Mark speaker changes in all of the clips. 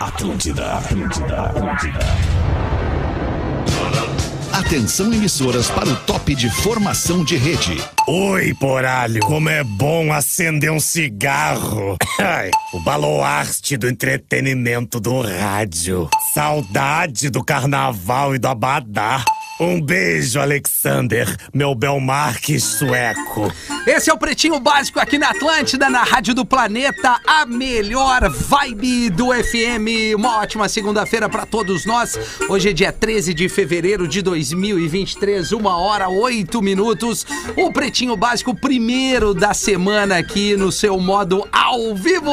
Speaker 1: Atlântida, Atlântida, Atlântida. Atenção emissoras para o top de formação de rede.
Speaker 2: Oi, poralho! Como é bom acender um cigarro! o baluarte do entretenimento do rádio. Saudade do carnaval e do abadá. Um beijo, Alexander, meu Belmarque sueco.
Speaker 3: Esse é o Pretinho Básico aqui na Atlântida, na Rádio do Planeta, a melhor vibe do FM. Uma ótima segunda-feira para todos nós. Hoje é dia 13 de fevereiro de 2023, uma hora, oito minutos. O Pretinho Básico, primeiro da semana aqui no seu modo ao vivo.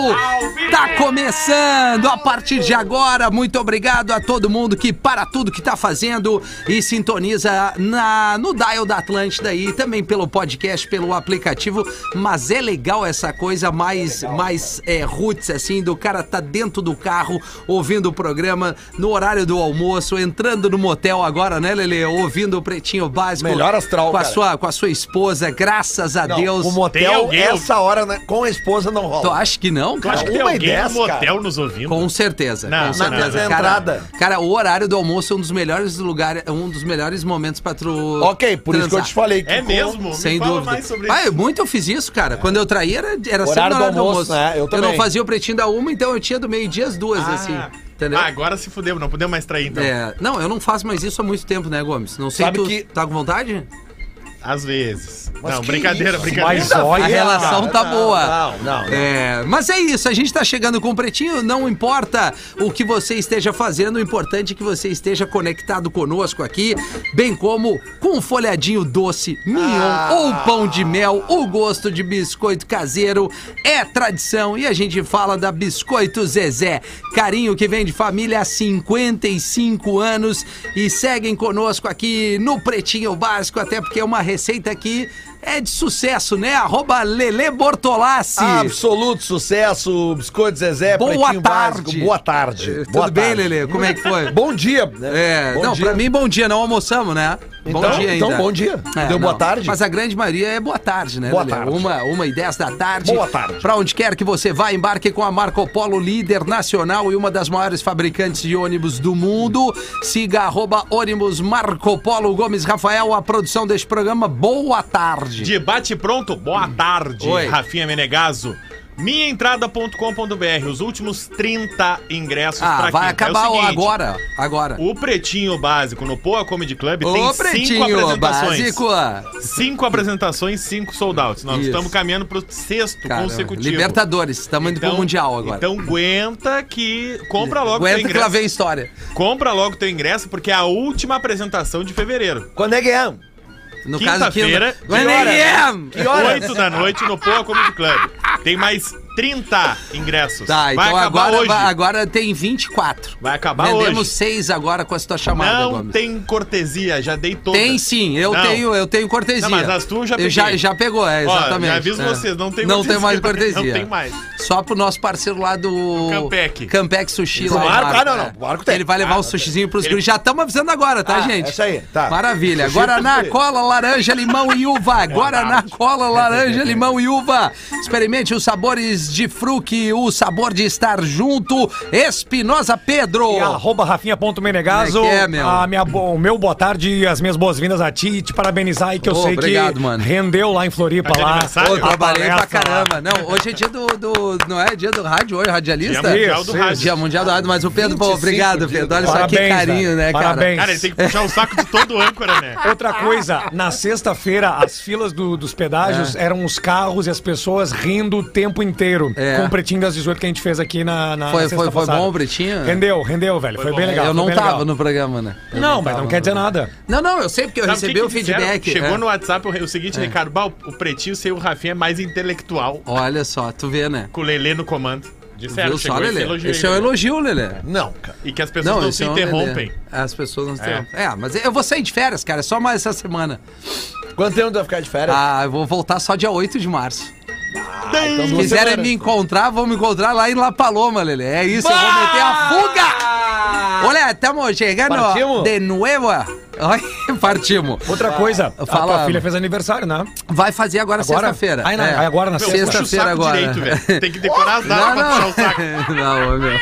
Speaker 3: Tá começando a partir de agora. Muito obrigado a todo mundo que para tudo que tá fazendo e sintonizando sintoniza na, no dial da Atlântida e também pelo podcast, pelo aplicativo, mas é legal essa coisa mais, mais é, roots, assim, do cara tá dentro do carro, ouvindo o programa, no horário do almoço, entrando no motel agora, né, Lele? Ouvindo o Pretinho Básico.
Speaker 4: Melhor astral,
Speaker 3: com a
Speaker 4: cara.
Speaker 3: sua Com a sua esposa, graças a
Speaker 4: Não,
Speaker 3: Deus.
Speaker 4: O
Speaker 5: Tem
Speaker 4: motel,
Speaker 5: alguém-
Speaker 4: essa hora, né, com a esposa não rola.
Speaker 3: Tu acha que não,
Speaker 5: Tu
Speaker 3: cara?
Speaker 5: acha que tem
Speaker 4: Uma e
Speaker 5: alguém
Speaker 4: dez,
Speaker 5: no motel
Speaker 4: cara.
Speaker 5: nos ouvindo?
Speaker 3: Com certeza,
Speaker 5: Não,
Speaker 3: com
Speaker 5: não,
Speaker 3: certeza.
Speaker 4: não, não.
Speaker 3: Cara,
Speaker 4: Entrada.
Speaker 3: cara, o horário do almoço é um dos melhores lugares, é um dos melhores momentos pra tu
Speaker 4: Ok, por isso que eu
Speaker 3: transar.
Speaker 4: te falei. que
Speaker 5: É
Speaker 4: com-
Speaker 5: mesmo? Me
Speaker 3: Sem
Speaker 5: fala
Speaker 3: dúvida.
Speaker 5: mais sobre
Speaker 3: ah,
Speaker 5: isso.
Speaker 3: eu muito eu fiz isso, cara. Quando eu traí era, era sempre
Speaker 4: Horário
Speaker 3: na hora do
Speaker 4: do
Speaker 3: almoço.
Speaker 4: almoço, né? Eu
Speaker 3: não
Speaker 4: também.
Speaker 3: fazia o pretinho da uma, então eu tinha do meio-dia às duas,
Speaker 5: Ah.
Speaker 3: assim. Entendeu?
Speaker 5: Ah, agora se fudeu, não podemos mais trair, então.
Speaker 3: É, não, eu não faço mais isso há muito tempo, né, Gomes? Não sei,
Speaker 4: Sabe
Speaker 3: tu
Speaker 4: que-
Speaker 3: tá com vontade?
Speaker 5: Às vezes.
Speaker 4: Mas
Speaker 5: não,
Speaker 4: que
Speaker 5: brincadeira,
Speaker 4: isso? um.
Speaker 5: brincadeira.
Speaker 4: Mas olha,
Speaker 3: a relação tá
Speaker 4: não,
Speaker 3: boa.
Speaker 4: Não, não. não.
Speaker 3: É, mas é isso, a gente tá chegando com o Pretinho, não importa o que você esteja fazendo, o importante é que você esteja conectado conosco aqui, bem como com um folhadinho doce, mignon
Speaker 4: Ah.
Speaker 3: ou pão de mel, o gosto de biscoito caseiro é tradição e a gente fala da Biscoito Zezé, carinho que vem de família há 55 anos e seguem conosco aqui no Pretinho Básico, até porque é uma receita que é de sucesso, né? Arroba Lele Bortolassi.
Speaker 4: Absoluto sucesso, Biscoito Zezé,
Speaker 3: é Boa tarde.
Speaker 4: Pretinho
Speaker 3: Eh,
Speaker 4: Básico. Boa tarde.
Speaker 3: Tudo
Speaker 4: Boa
Speaker 3: bem,
Speaker 4: tarde.
Speaker 3: Lelê? Como é que foi?
Speaker 4: Bom dia. né?
Speaker 3: É,
Speaker 4: Bom
Speaker 3: não,
Speaker 4: dia.
Speaker 3: pra mim, bom dia, não almoçamos, né? bom
Speaker 4: Então-
Speaker 3: dia ainda.
Speaker 4: então, bom dia.
Speaker 3: É,
Speaker 4: Deu boa tarde?
Speaker 3: Mas a grande maioria é boa tarde, né?
Speaker 4: Boa
Speaker 3: Lelê?
Speaker 4: tarde.
Speaker 3: Uma, uma e dez da tarde.
Speaker 4: Boa tarde.
Speaker 3: Pra onde quer que você vá, embarque com a Marco Polo, líder nacional e uma das maiores fabricantes de ônibus do mundo. Siga arroba ônibus Marco Polo Gomes Rafael, a produção deste programa. Boa tarde.
Speaker 5: De bate pronto, boa tarde,
Speaker 3: Hum. Oi.
Speaker 5: Rafinha Menegaso. Minhaentrada.com.br, os últimos 30 ingressos
Speaker 3: Ah,
Speaker 5: pra
Speaker 3: vai
Speaker 5: quinta. É o
Speaker 3: acabar
Speaker 5: seguinte,
Speaker 3: agora. Agora.
Speaker 5: O Pretinho Básico no Poa Comedy Club tem
Speaker 3: Ô,
Speaker 5: cinco
Speaker 3: pretinho
Speaker 5: apresentações.
Speaker 3: básico.
Speaker 5: Cinco apresentações, cinco sold outs. Nós
Speaker 3: Isso.
Speaker 5: estamos caminhando pro sexto
Speaker 3: Cara,
Speaker 5: consecutivo.
Speaker 3: Libertadores, estamos indo pro Mundial agora.
Speaker 5: Então aguenta que. Compra logo o teu
Speaker 3: Aguenta que lá
Speaker 5: ingresso.
Speaker 3: vem história.
Speaker 5: Compra logo teu ingresso, porque é a última apresentação de fevereiro.
Speaker 4: Quando é que é?
Speaker 3: No
Speaker 5: Quinta-feira,
Speaker 3: caso, quinta.
Speaker 5: que horas?
Speaker 3: When I am.
Speaker 4: Que horas?
Speaker 5: 8 da noite no Poa Comedy Club. Tem mais 30 ingressos.
Speaker 3: Tá,
Speaker 5: vai
Speaker 3: então
Speaker 5: acabar
Speaker 3: agora,
Speaker 5: hoje.
Speaker 3: vai- agora tem 24.
Speaker 5: Vai acabar
Speaker 3: Vendemos
Speaker 5: hoje.
Speaker 3: 6 agora com a tua chamada,
Speaker 5: Não
Speaker 3: Gomes.
Speaker 5: tem cortesia, já dei todas.
Speaker 3: Tem sim, eu
Speaker 5: Não.
Speaker 3: tenho, eu tenho cortesia.
Speaker 5: Não, mas as tuas eu já
Speaker 3: Eu já,
Speaker 5: peguei.
Speaker 3: já pegou, é,
Speaker 5: Ó,
Speaker 3: exatamente.
Speaker 5: já aviso
Speaker 3: é.
Speaker 5: vocês, não tem
Speaker 3: Não tem mais cortesia.
Speaker 5: Não tem mais.
Speaker 3: Só pro nosso parceiro lá do.
Speaker 5: Campec.
Speaker 3: Campec Sushi
Speaker 4: Pro
Speaker 3: lá. em
Speaker 4: Marco?
Speaker 3: Marco,
Speaker 4: Ah, não, não,
Speaker 3: é.
Speaker 4: pro Marco tem.
Speaker 3: Ele vai
Speaker 5: Ah,
Speaker 3: levar um sushizinho pros guris. Já estamos avisando agora, tá,
Speaker 4: Ah,
Speaker 3: gente?
Speaker 4: é isso aí, tá.
Speaker 3: Maravilha.
Speaker 4: Sushi
Speaker 3: Guaraná,
Speaker 4: pros guris.
Speaker 3: cola, laranja, limão e
Speaker 6: É
Speaker 3: uva. Guaraná, cola, laranja, limão e uva. Experimente os sabores de fruque, o sabor de estar junto. Espinosa Pedro.
Speaker 6: E arroba rafinha.menegaso.
Speaker 3: Como é que é, meu?
Speaker 6: A minha, bo- o meu boa tarde e as minhas boas-vindas a ti e te parabenizar e que eu
Speaker 3: Ô,
Speaker 6: sei
Speaker 3: obrigado,
Speaker 6: que
Speaker 3: mano.
Speaker 6: rendeu lá em Floripa
Speaker 5: Tá de
Speaker 6: lá.
Speaker 5: aniversário?
Speaker 3: Pô,
Speaker 5: A
Speaker 3: trabalhei pra
Speaker 6: palestra lá.
Speaker 3: caramba. Não, hoje é dia do, do- Não é dia do rádio hoje, radialista?
Speaker 5: Dia Mundial do
Speaker 3: Isso,
Speaker 5: Rádio.
Speaker 3: Dia mundial do rádio, mas o Pedro, pô,
Speaker 4: 25
Speaker 3: obrigado,
Speaker 4: dia do
Speaker 3: Pedro. Olha só que
Speaker 6: Parabéns,
Speaker 3: carinho,
Speaker 6: velho.
Speaker 3: né, cara?
Speaker 6: Parabéns.
Speaker 5: Cara, ele tem que puxar o saco de todo âncora, né?
Speaker 6: Outra coisa, na sexta-feira, as filas do- dos pedágios eram os carros e as pessoas rindo o tempo inteiro.
Speaker 3: É.
Speaker 6: Com o pretinho das 18 que a gente fez aqui na, na
Speaker 3: Foi,
Speaker 6: na sexta
Speaker 3: foi, foi
Speaker 6: passada.
Speaker 3: bom o Pretinho?
Speaker 6: Rendeu, rendeu, velho. Foi, bem legal.
Speaker 3: É, eu
Speaker 6: foi
Speaker 3: não
Speaker 6: bem
Speaker 3: tava
Speaker 6: legal.
Speaker 3: no programa, né? Eu
Speaker 6: Não, mas não
Speaker 3: tava
Speaker 6: quer
Speaker 3: no
Speaker 6: dizer
Speaker 3: programa.
Speaker 6: nada.
Speaker 3: Não, não, eu sei porque eu
Speaker 5: Sabe
Speaker 3: recebi
Speaker 5: que
Speaker 3: o
Speaker 5: que disseram?
Speaker 3: feedback.
Speaker 5: Chegou
Speaker 3: é.
Speaker 5: no WhatsApp o, o seguinte, Ricardo, "Bah, o Pretinho sem o Rafinha é mais intelectual
Speaker 3: Olha só, tu vê, né?
Speaker 5: com o Lelê no comando. Disseram,
Speaker 3: Viu só,
Speaker 5: chegou esse
Speaker 3: Lelê?
Speaker 5: elogio.
Speaker 3: Esse é
Speaker 5: aí,
Speaker 3: um
Speaker 5: né?
Speaker 3: elogio, Lelê.
Speaker 4: Não, cara.
Speaker 5: E que as pessoas não,
Speaker 3: esse
Speaker 5: se
Speaker 3: é um Lelê.
Speaker 5: interrompem.
Speaker 3: As pessoas não se
Speaker 5: É.
Speaker 3: interrompem. É, mas eu vou sair de férias, cara, é só mais essa semana.
Speaker 4: Quanto tempo tu vai ficar de férias?
Speaker 3: Ah, eu vou voltar só dia 8 de março.
Speaker 4: então
Speaker 3: Se
Speaker 4: duas
Speaker 3: quiserem
Speaker 4: semanas.
Speaker 3: me encontrar, vão me encontrar lá em La Paloma, Lelê. É isso, eu vou meter a fuga! Olha, estamos chegando
Speaker 4: Partimos?
Speaker 3: de novo Ai, Partimos.
Speaker 6: Outra coisa, a
Speaker 3: Fala.
Speaker 6: tua filha fez aniversário, né?
Speaker 3: Vai fazer agora,
Speaker 6: Agora?
Speaker 3: sexta-feira.
Speaker 6: Ai, não, ai, agora na
Speaker 5: Meu,
Speaker 6: sexta.
Speaker 5: puxa o
Speaker 3: Sexta-feira
Speaker 5: saco
Speaker 3: agora.
Speaker 5: direito, velho. Tem que decorar as datas
Speaker 3: Não,
Speaker 5: pra puxar o saco.
Speaker 3: não. não, meu.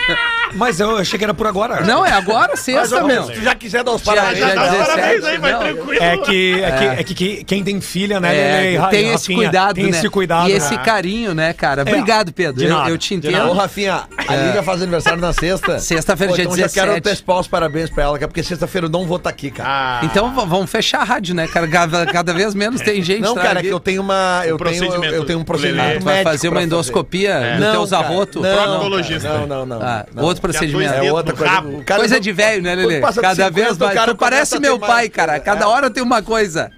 Speaker 6: Mas eu achei que era por agora.
Speaker 3: Não, é agora, sexta mesmo.
Speaker 4: Se tu já quiser dar os
Speaker 3: Tia,
Speaker 4: parabéns,
Speaker 3: já
Speaker 5: Já
Speaker 4: já
Speaker 5: dá os
Speaker 3: 17,
Speaker 5: parabéns aí, vai
Speaker 3: não.
Speaker 5: tranquilo.
Speaker 6: É que, é que, é que, que quem tem filha, né,
Speaker 3: É,
Speaker 6: Lele e Ra-
Speaker 3: tem
Speaker 6: e
Speaker 3: esse
Speaker 6: Rafinha,
Speaker 3: cuidado,
Speaker 6: Tem
Speaker 3: né?
Speaker 6: esse cuidado.
Speaker 3: E esse
Speaker 6: né?
Speaker 3: carinho, né, cara? Obrigado, Pedro.
Speaker 6: De
Speaker 3: Eu,
Speaker 6: nada.
Speaker 3: eu te
Speaker 4: dá. Ô,
Speaker 3: entendo.
Speaker 4: Rafinha, a Lívia faz aniversário na sexta.
Speaker 3: É. Sexta-feira,
Speaker 4: Pô,
Speaker 3: dia
Speaker 4: então já quero
Speaker 3: 17.
Speaker 4: antecipar os parabéns pra ela, que é porque sexta-feira eu não vou estar aqui, cara.
Speaker 5: Ah,
Speaker 3: Então v- vamos fechar a rádio, né, cara? Cada- Cada vez menos tem gente.
Speaker 4: não,
Speaker 3: tá
Speaker 4: cara, é
Speaker 3: ali.
Speaker 4: que eu tenho uma. Eu, tenho,
Speaker 5: procedimento
Speaker 4: eu tenho um
Speaker 5: do Lelê.
Speaker 4: procedimento
Speaker 5: Tu
Speaker 3: Vai
Speaker 4: médico
Speaker 3: fazer
Speaker 4: pra
Speaker 3: uma endoscopia
Speaker 5: É.
Speaker 3: no
Speaker 4: Não,
Speaker 3: teu
Speaker 4: cara,
Speaker 3: zarroto?
Speaker 4: Não,
Speaker 5: Proctologista.
Speaker 4: cara, Não, não, não.
Speaker 3: Ah,
Speaker 4: não.
Speaker 3: outro procedimento.
Speaker 5: Já
Speaker 4: É
Speaker 5: tô
Speaker 4: outra
Speaker 5: no
Speaker 4: coisa.
Speaker 5: rabo.
Speaker 4: O cara
Speaker 3: coisa
Speaker 4: não-
Speaker 3: de velho, né,
Speaker 4: quando
Speaker 3: Lelê?
Speaker 4: passa de
Speaker 3: Cada
Speaker 4: 50,
Speaker 3: vez
Speaker 4: o
Speaker 3: mais.
Speaker 4: cara
Speaker 3: Tu
Speaker 4: começa
Speaker 3: parece
Speaker 4: a
Speaker 3: meu
Speaker 4: ter
Speaker 3: pai,
Speaker 4: mais-
Speaker 3: cara. Cada
Speaker 4: É.
Speaker 3: hora tem uma coisa.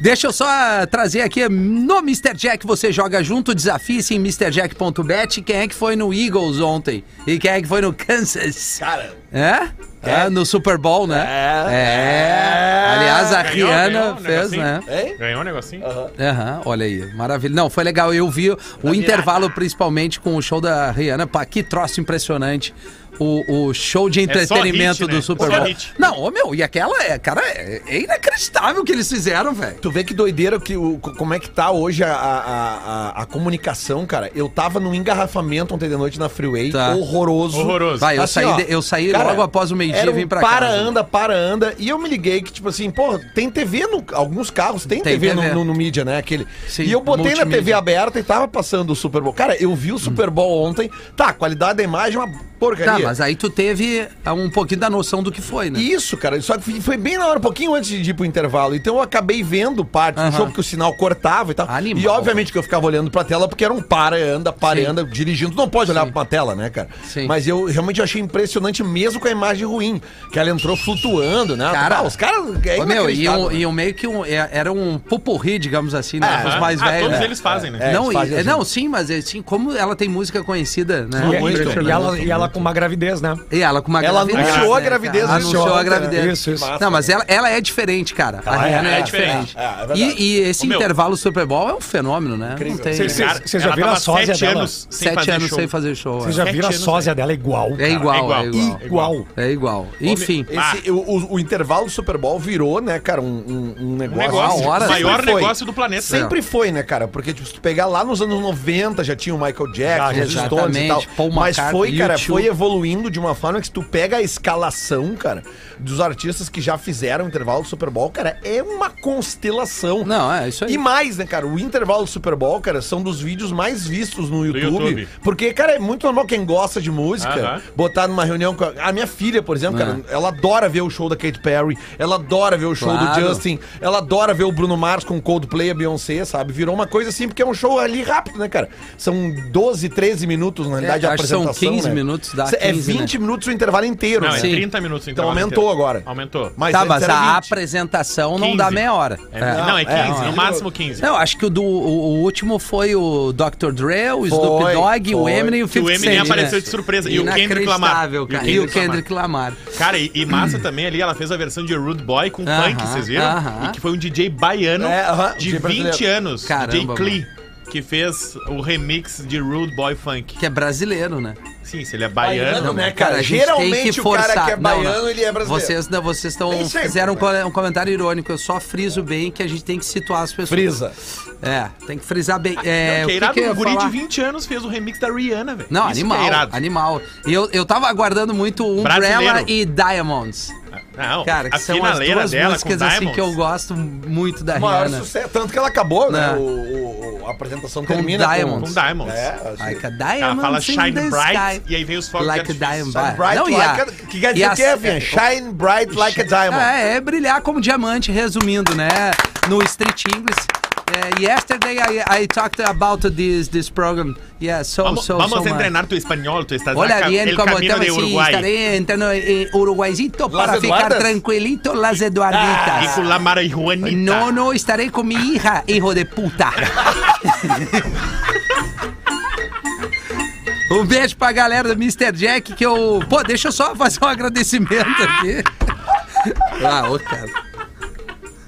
Speaker 3: Deixa eu só trazer aqui no Mr. Jack, você joga junto, desafie-se em MrJack.bet. Quem é que foi no Eagles ontem? E quem é que foi no Kansas?
Speaker 4: Cara,
Speaker 3: É? Ah, no Super Bowl, né?
Speaker 4: É. um
Speaker 3: É. Aliás, a
Speaker 5: Ganhou,
Speaker 3: Rihanna
Speaker 5: ganhou,
Speaker 3: fez,
Speaker 5: negocinho.
Speaker 3: né?
Speaker 4: hein?
Speaker 5: Ganhou um negocinho?
Speaker 3: Aham, olha aí, maravilha. Não, foi legal. Eu vi o intervalo, principalmente com o show da Rihanna. Pá, que troço impressionante. O, o show de entretenimento
Speaker 5: É hit,
Speaker 3: do
Speaker 5: né?
Speaker 3: Super
Speaker 5: Só
Speaker 3: Bowl.
Speaker 5: hit.
Speaker 3: Não, ô meu, e aquela, é, cara, é, é inacreditável o que eles fizeram, velho.
Speaker 4: Tu vê que doideira que, o, co- como é que tá hoje a, a, a, a comunicação, cara. Eu tava num engarrafamento ontem de noite na Freeway,
Speaker 3: Tá.
Speaker 4: horroroso.
Speaker 5: Horroroso.
Speaker 3: Vai, eu
Speaker 4: Assim,
Speaker 3: saí,
Speaker 4: ó,
Speaker 3: de- eu saí
Speaker 4: cara,
Speaker 3: logo após o meio-dia
Speaker 4: era
Speaker 3: e
Speaker 4: um
Speaker 3: vim pra
Speaker 4: para
Speaker 3: casa.
Speaker 4: anda, para anda. E eu me liguei que, tipo assim, pô, tem TV no. Alguns carros tem,
Speaker 3: Tem
Speaker 4: TV, no-
Speaker 3: TV.
Speaker 4: No, no mídia, né? Aquele.
Speaker 3: Sim,
Speaker 4: e eu botei na
Speaker 3: multimídia.
Speaker 4: TV aberta e tava passando o Super Bowl. Cara, eu vi o Super Bowl ontem. Tá, a qualidade da imagem é uma porcaria.
Speaker 3: Tá, mas aí tu teve ah, um pouquinho da noção do que foi, né?
Speaker 4: Isso, cara. Só que foi bem na hora, um pouquinho antes de ir pro intervalo. Então eu acabei vendo parte
Speaker 3: Aham.
Speaker 4: do jogo que o sinal cortava e tal.
Speaker 3: Animal,
Speaker 4: e obviamente que eu ficava olhando pra tela porque era um para e anda, para e
Speaker 3: Sim.
Speaker 4: anda, dirigindo. Tu não pode olhar pra uma tela, né, cara?
Speaker 3: Sim.
Speaker 4: Mas eu realmente achei impressionante mesmo com a imagem ruim, que ela entrou flutuando, né?
Speaker 3: Cara,
Speaker 4: Ah, os caras. É
Speaker 3: Ô, meu, e
Speaker 4: inacreditável,
Speaker 3: um,
Speaker 4: né?
Speaker 3: e um meio que um, é- era um popurri, digamos assim, né?
Speaker 4: É.
Speaker 3: Os mais
Speaker 5: ah,
Speaker 3: velhos.
Speaker 5: todos
Speaker 3: né?
Speaker 5: eles fazem, né?
Speaker 4: É,
Speaker 3: não,
Speaker 4: eles fazem
Speaker 3: e-
Speaker 4: assim.
Speaker 3: não, sim, mas assim, como ela tem música conhecida, né?
Speaker 6: E-
Speaker 4: É Muito,
Speaker 6: e-
Speaker 4: muito,
Speaker 6: e, ela, e ela com uma gravidez, né?
Speaker 3: E ela com uma
Speaker 4: Ela
Speaker 3: gravidez,
Speaker 4: anunciou
Speaker 3: né,
Speaker 4: a gravidez
Speaker 3: cara?
Speaker 4: antes
Speaker 3: Anunciou
Speaker 4: de
Speaker 3: a
Speaker 4: ontem,
Speaker 3: gravidez.
Speaker 6: né? Isso, isso.
Speaker 3: Não, mas ela, ela é diferente, cara. a Rihanna é,
Speaker 5: é
Speaker 3: diferente.
Speaker 5: diferente.
Speaker 4: É, é verdade.
Speaker 3: e, e esse
Speaker 5: Ô, meu.
Speaker 3: intervalo Super Bowl é um fenômeno, né? Não tem.
Speaker 6: Vocês-
Speaker 3: né?
Speaker 6: vocês- vocês já viram a sósia
Speaker 5: sete
Speaker 6: dela?
Speaker 5: anos sem
Speaker 3: Sete
Speaker 5: fazer
Speaker 3: anos
Speaker 5: show.
Speaker 3: sem fazer show.
Speaker 6: Vocês
Speaker 3: é.
Speaker 6: já viram a
Speaker 5: Sete anos, né?
Speaker 6: sósia dela? É igual.
Speaker 3: É
Speaker 6: cara.
Speaker 3: igual, é
Speaker 5: igual.
Speaker 3: igual.
Speaker 6: Igual.
Speaker 3: É igual. Enfim.
Speaker 5: Ah.
Speaker 4: Esse- o, o- o intervalo do Super Bowl virou, né, cara, um, um- um
Speaker 5: Um
Speaker 4: negócio.
Speaker 5: negócio,
Speaker 3: Uma hora.
Speaker 5: o maior
Speaker 4: Sempre foi.
Speaker 5: negócio do planeta. É.
Speaker 4: Sempre foi, né, cara? Porque tipo, se tu pegar lá nos anos 90, já tinha o Michael Jackson,
Speaker 6: Já,
Speaker 4: os Stones e tal.
Speaker 3: Ah, exatamente, Paul
Speaker 4: Mas
Speaker 3: McCartney,
Speaker 4: foi, cara,
Speaker 3: U2.
Speaker 4: foi evoluindo de uma forma que se tu pega a escalação, cara, dos artistas que já fizeram o intervalo do Super Bowl, cara, é uma constelação.
Speaker 3: Não, é isso aí.
Speaker 4: E mais, né, cara? O intervalo do Super Bowl, cara, são dos vídeos mais vistos no YouTube.
Speaker 5: YouTube.
Speaker 4: Porque, cara, é muito normal quem gosta de música
Speaker 5: Aham.
Speaker 4: botar numa reunião com. A, a minha filha, por exemplo,
Speaker 3: Ah.
Speaker 4: cara, ela adora ver o show da Katy Perry, ela adora ver o show
Speaker 3: Claro.
Speaker 4: do Justin, ela adora ver o Bruno Mars com Coldplay e a Beyoncé, sabe? Virou uma coisa assim, porque é um show ali rápido, né, cara? São 12, 13 minutos, na realidade, a
Speaker 3: É, acho que são
Speaker 4: apresentação.
Speaker 3: 15
Speaker 4: né?
Speaker 3: minutos, dá
Speaker 4: É
Speaker 3: 15,
Speaker 4: 20 minutos o intervalo inteiro,
Speaker 5: Não,
Speaker 4: né? é
Speaker 5: é
Speaker 3: Sim.
Speaker 5: 30 minutos. o
Speaker 4: Então
Speaker 5: intervalo
Speaker 4: aumentou
Speaker 5: inteiro.
Speaker 4: agora.
Speaker 5: Aumentou.
Speaker 3: tá,
Speaker 4: antes
Speaker 3: mas
Speaker 4: era
Speaker 3: a
Speaker 4: 20.
Speaker 3: apresentação não
Speaker 5: 15.
Speaker 3: dá meia hora.
Speaker 5: É, Não, é 15,
Speaker 4: é, não.
Speaker 5: no máximo 15.
Speaker 3: Não, acho que o, do, o, o último foi o Dr. Dre, o Snoop
Speaker 4: Foi,
Speaker 3: Dogg, o
Speaker 4: foi.
Speaker 3: Eminem e o
Speaker 5: Que
Speaker 3: 50
Speaker 5: o Eminem
Speaker 3: Cent,
Speaker 5: apareceu
Speaker 3: né?
Speaker 5: de surpresa. E o Kendrick Lamar.
Speaker 3: Inacreditável, cara. E o Kendrick Lamar.
Speaker 5: Cara, e, e massa também ali, ela fez a versão de Rude Boy com
Speaker 3: Aham,
Speaker 5: funk, vocês viram?
Speaker 3: aham.
Speaker 5: E que foi um DJ baiano
Speaker 4: É, aham,
Speaker 5: de
Speaker 4: DJ
Speaker 5: 20
Speaker 4: brasileiro.
Speaker 5: anos,
Speaker 3: Caramba,
Speaker 5: DJ Klee, que fez o remix de Rude Boy Funk.
Speaker 3: Que é brasileiro, né?
Speaker 5: Sim, se ele é baiano.
Speaker 4: Baiano, né,
Speaker 5: né?
Speaker 4: cara?
Speaker 3: a gente
Speaker 4: geralmente
Speaker 3: tem
Speaker 4: o cara que é baiano, ele é brasileiro.
Speaker 3: Vocês, não, vocês tão,
Speaker 4: Nem sempre,
Speaker 3: fizeram um
Speaker 4: né?
Speaker 3: co- um comentário irônico. Eu só friso bem que a gente tem que situar as pessoas.
Speaker 4: Frisa.
Speaker 3: É, tem que frisar bem. É,
Speaker 5: não,
Speaker 3: o
Speaker 5: que
Speaker 3: que
Speaker 5: é irado,
Speaker 3: que eu ia
Speaker 5: um guri de
Speaker 3: falar?
Speaker 5: 20 anos fez o remix da Rihanna, velho.
Speaker 3: Não,
Speaker 5: Isso que
Speaker 3: animal,
Speaker 5: é irado.
Speaker 3: animal. E eu, eu tava aguardando muito Umbrella
Speaker 5: Brasileiro.
Speaker 3: e Diamonds.
Speaker 5: Não,
Speaker 3: Cara, que
Speaker 5: a
Speaker 3: são as
Speaker 5: finaleira
Speaker 3: duas
Speaker 5: dela com
Speaker 3: músicas assim que eu
Speaker 5: Diamonds.
Speaker 3: gosto muito da
Speaker 4: O maior
Speaker 3: Rihanna.
Speaker 4: sucesso. Tanto que ela acabou, né?
Speaker 3: Né?
Speaker 4: O, o- o- a apresentação
Speaker 3: Com
Speaker 4: termina
Speaker 3: Diamonds.
Speaker 5: Com Diamonds.
Speaker 4: É, assim,
Speaker 3: Like a
Speaker 5: Ela
Speaker 3: diamond
Speaker 5: fala
Speaker 3: in
Speaker 5: Shine
Speaker 3: the
Speaker 5: Bright
Speaker 3: sky.
Speaker 5: e aí vem os fogos
Speaker 3: Like a
Speaker 5: de
Speaker 3: diamond.
Speaker 5: artifício.
Speaker 4: Bright
Speaker 3: Não, e
Speaker 4: like
Speaker 3: a-
Speaker 4: a, que quer
Speaker 3: e
Speaker 4: dizer
Speaker 3: a-
Speaker 4: o quê, Vinha? Shine bright like a diamond.
Speaker 3: É, é brilhar como diamante, resumindo, né? No Street English. É, yesterday I, I talked about this this program. Yeah, so
Speaker 5: Vamos,
Speaker 3: so
Speaker 5: vamos
Speaker 3: so much.
Speaker 5: entrenar tu espanhol, tu estás
Speaker 3: Hola,
Speaker 5: acá-
Speaker 3: bien,
Speaker 5: el
Speaker 3: como
Speaker 5: camino
Speaker 3: estamos?
Speaker 5: de
Speaker 3: Sí,
Speaker 5: Uruguay.
Speaker 3: estaré entrando en Uruguaycito para ficar
Speaker 4: Eduardas?
Speaker 3: tranquilito, las Eduarditas.
Speaker 5: E com la marihuanita.
Speaker 3: No, no, estaré con mi hija, hijo de puta. Um beijo pra galera do Mr. Jack que eu. Pô, deixa eu só fazer um agradecimento aqui. Ah, ô, cara.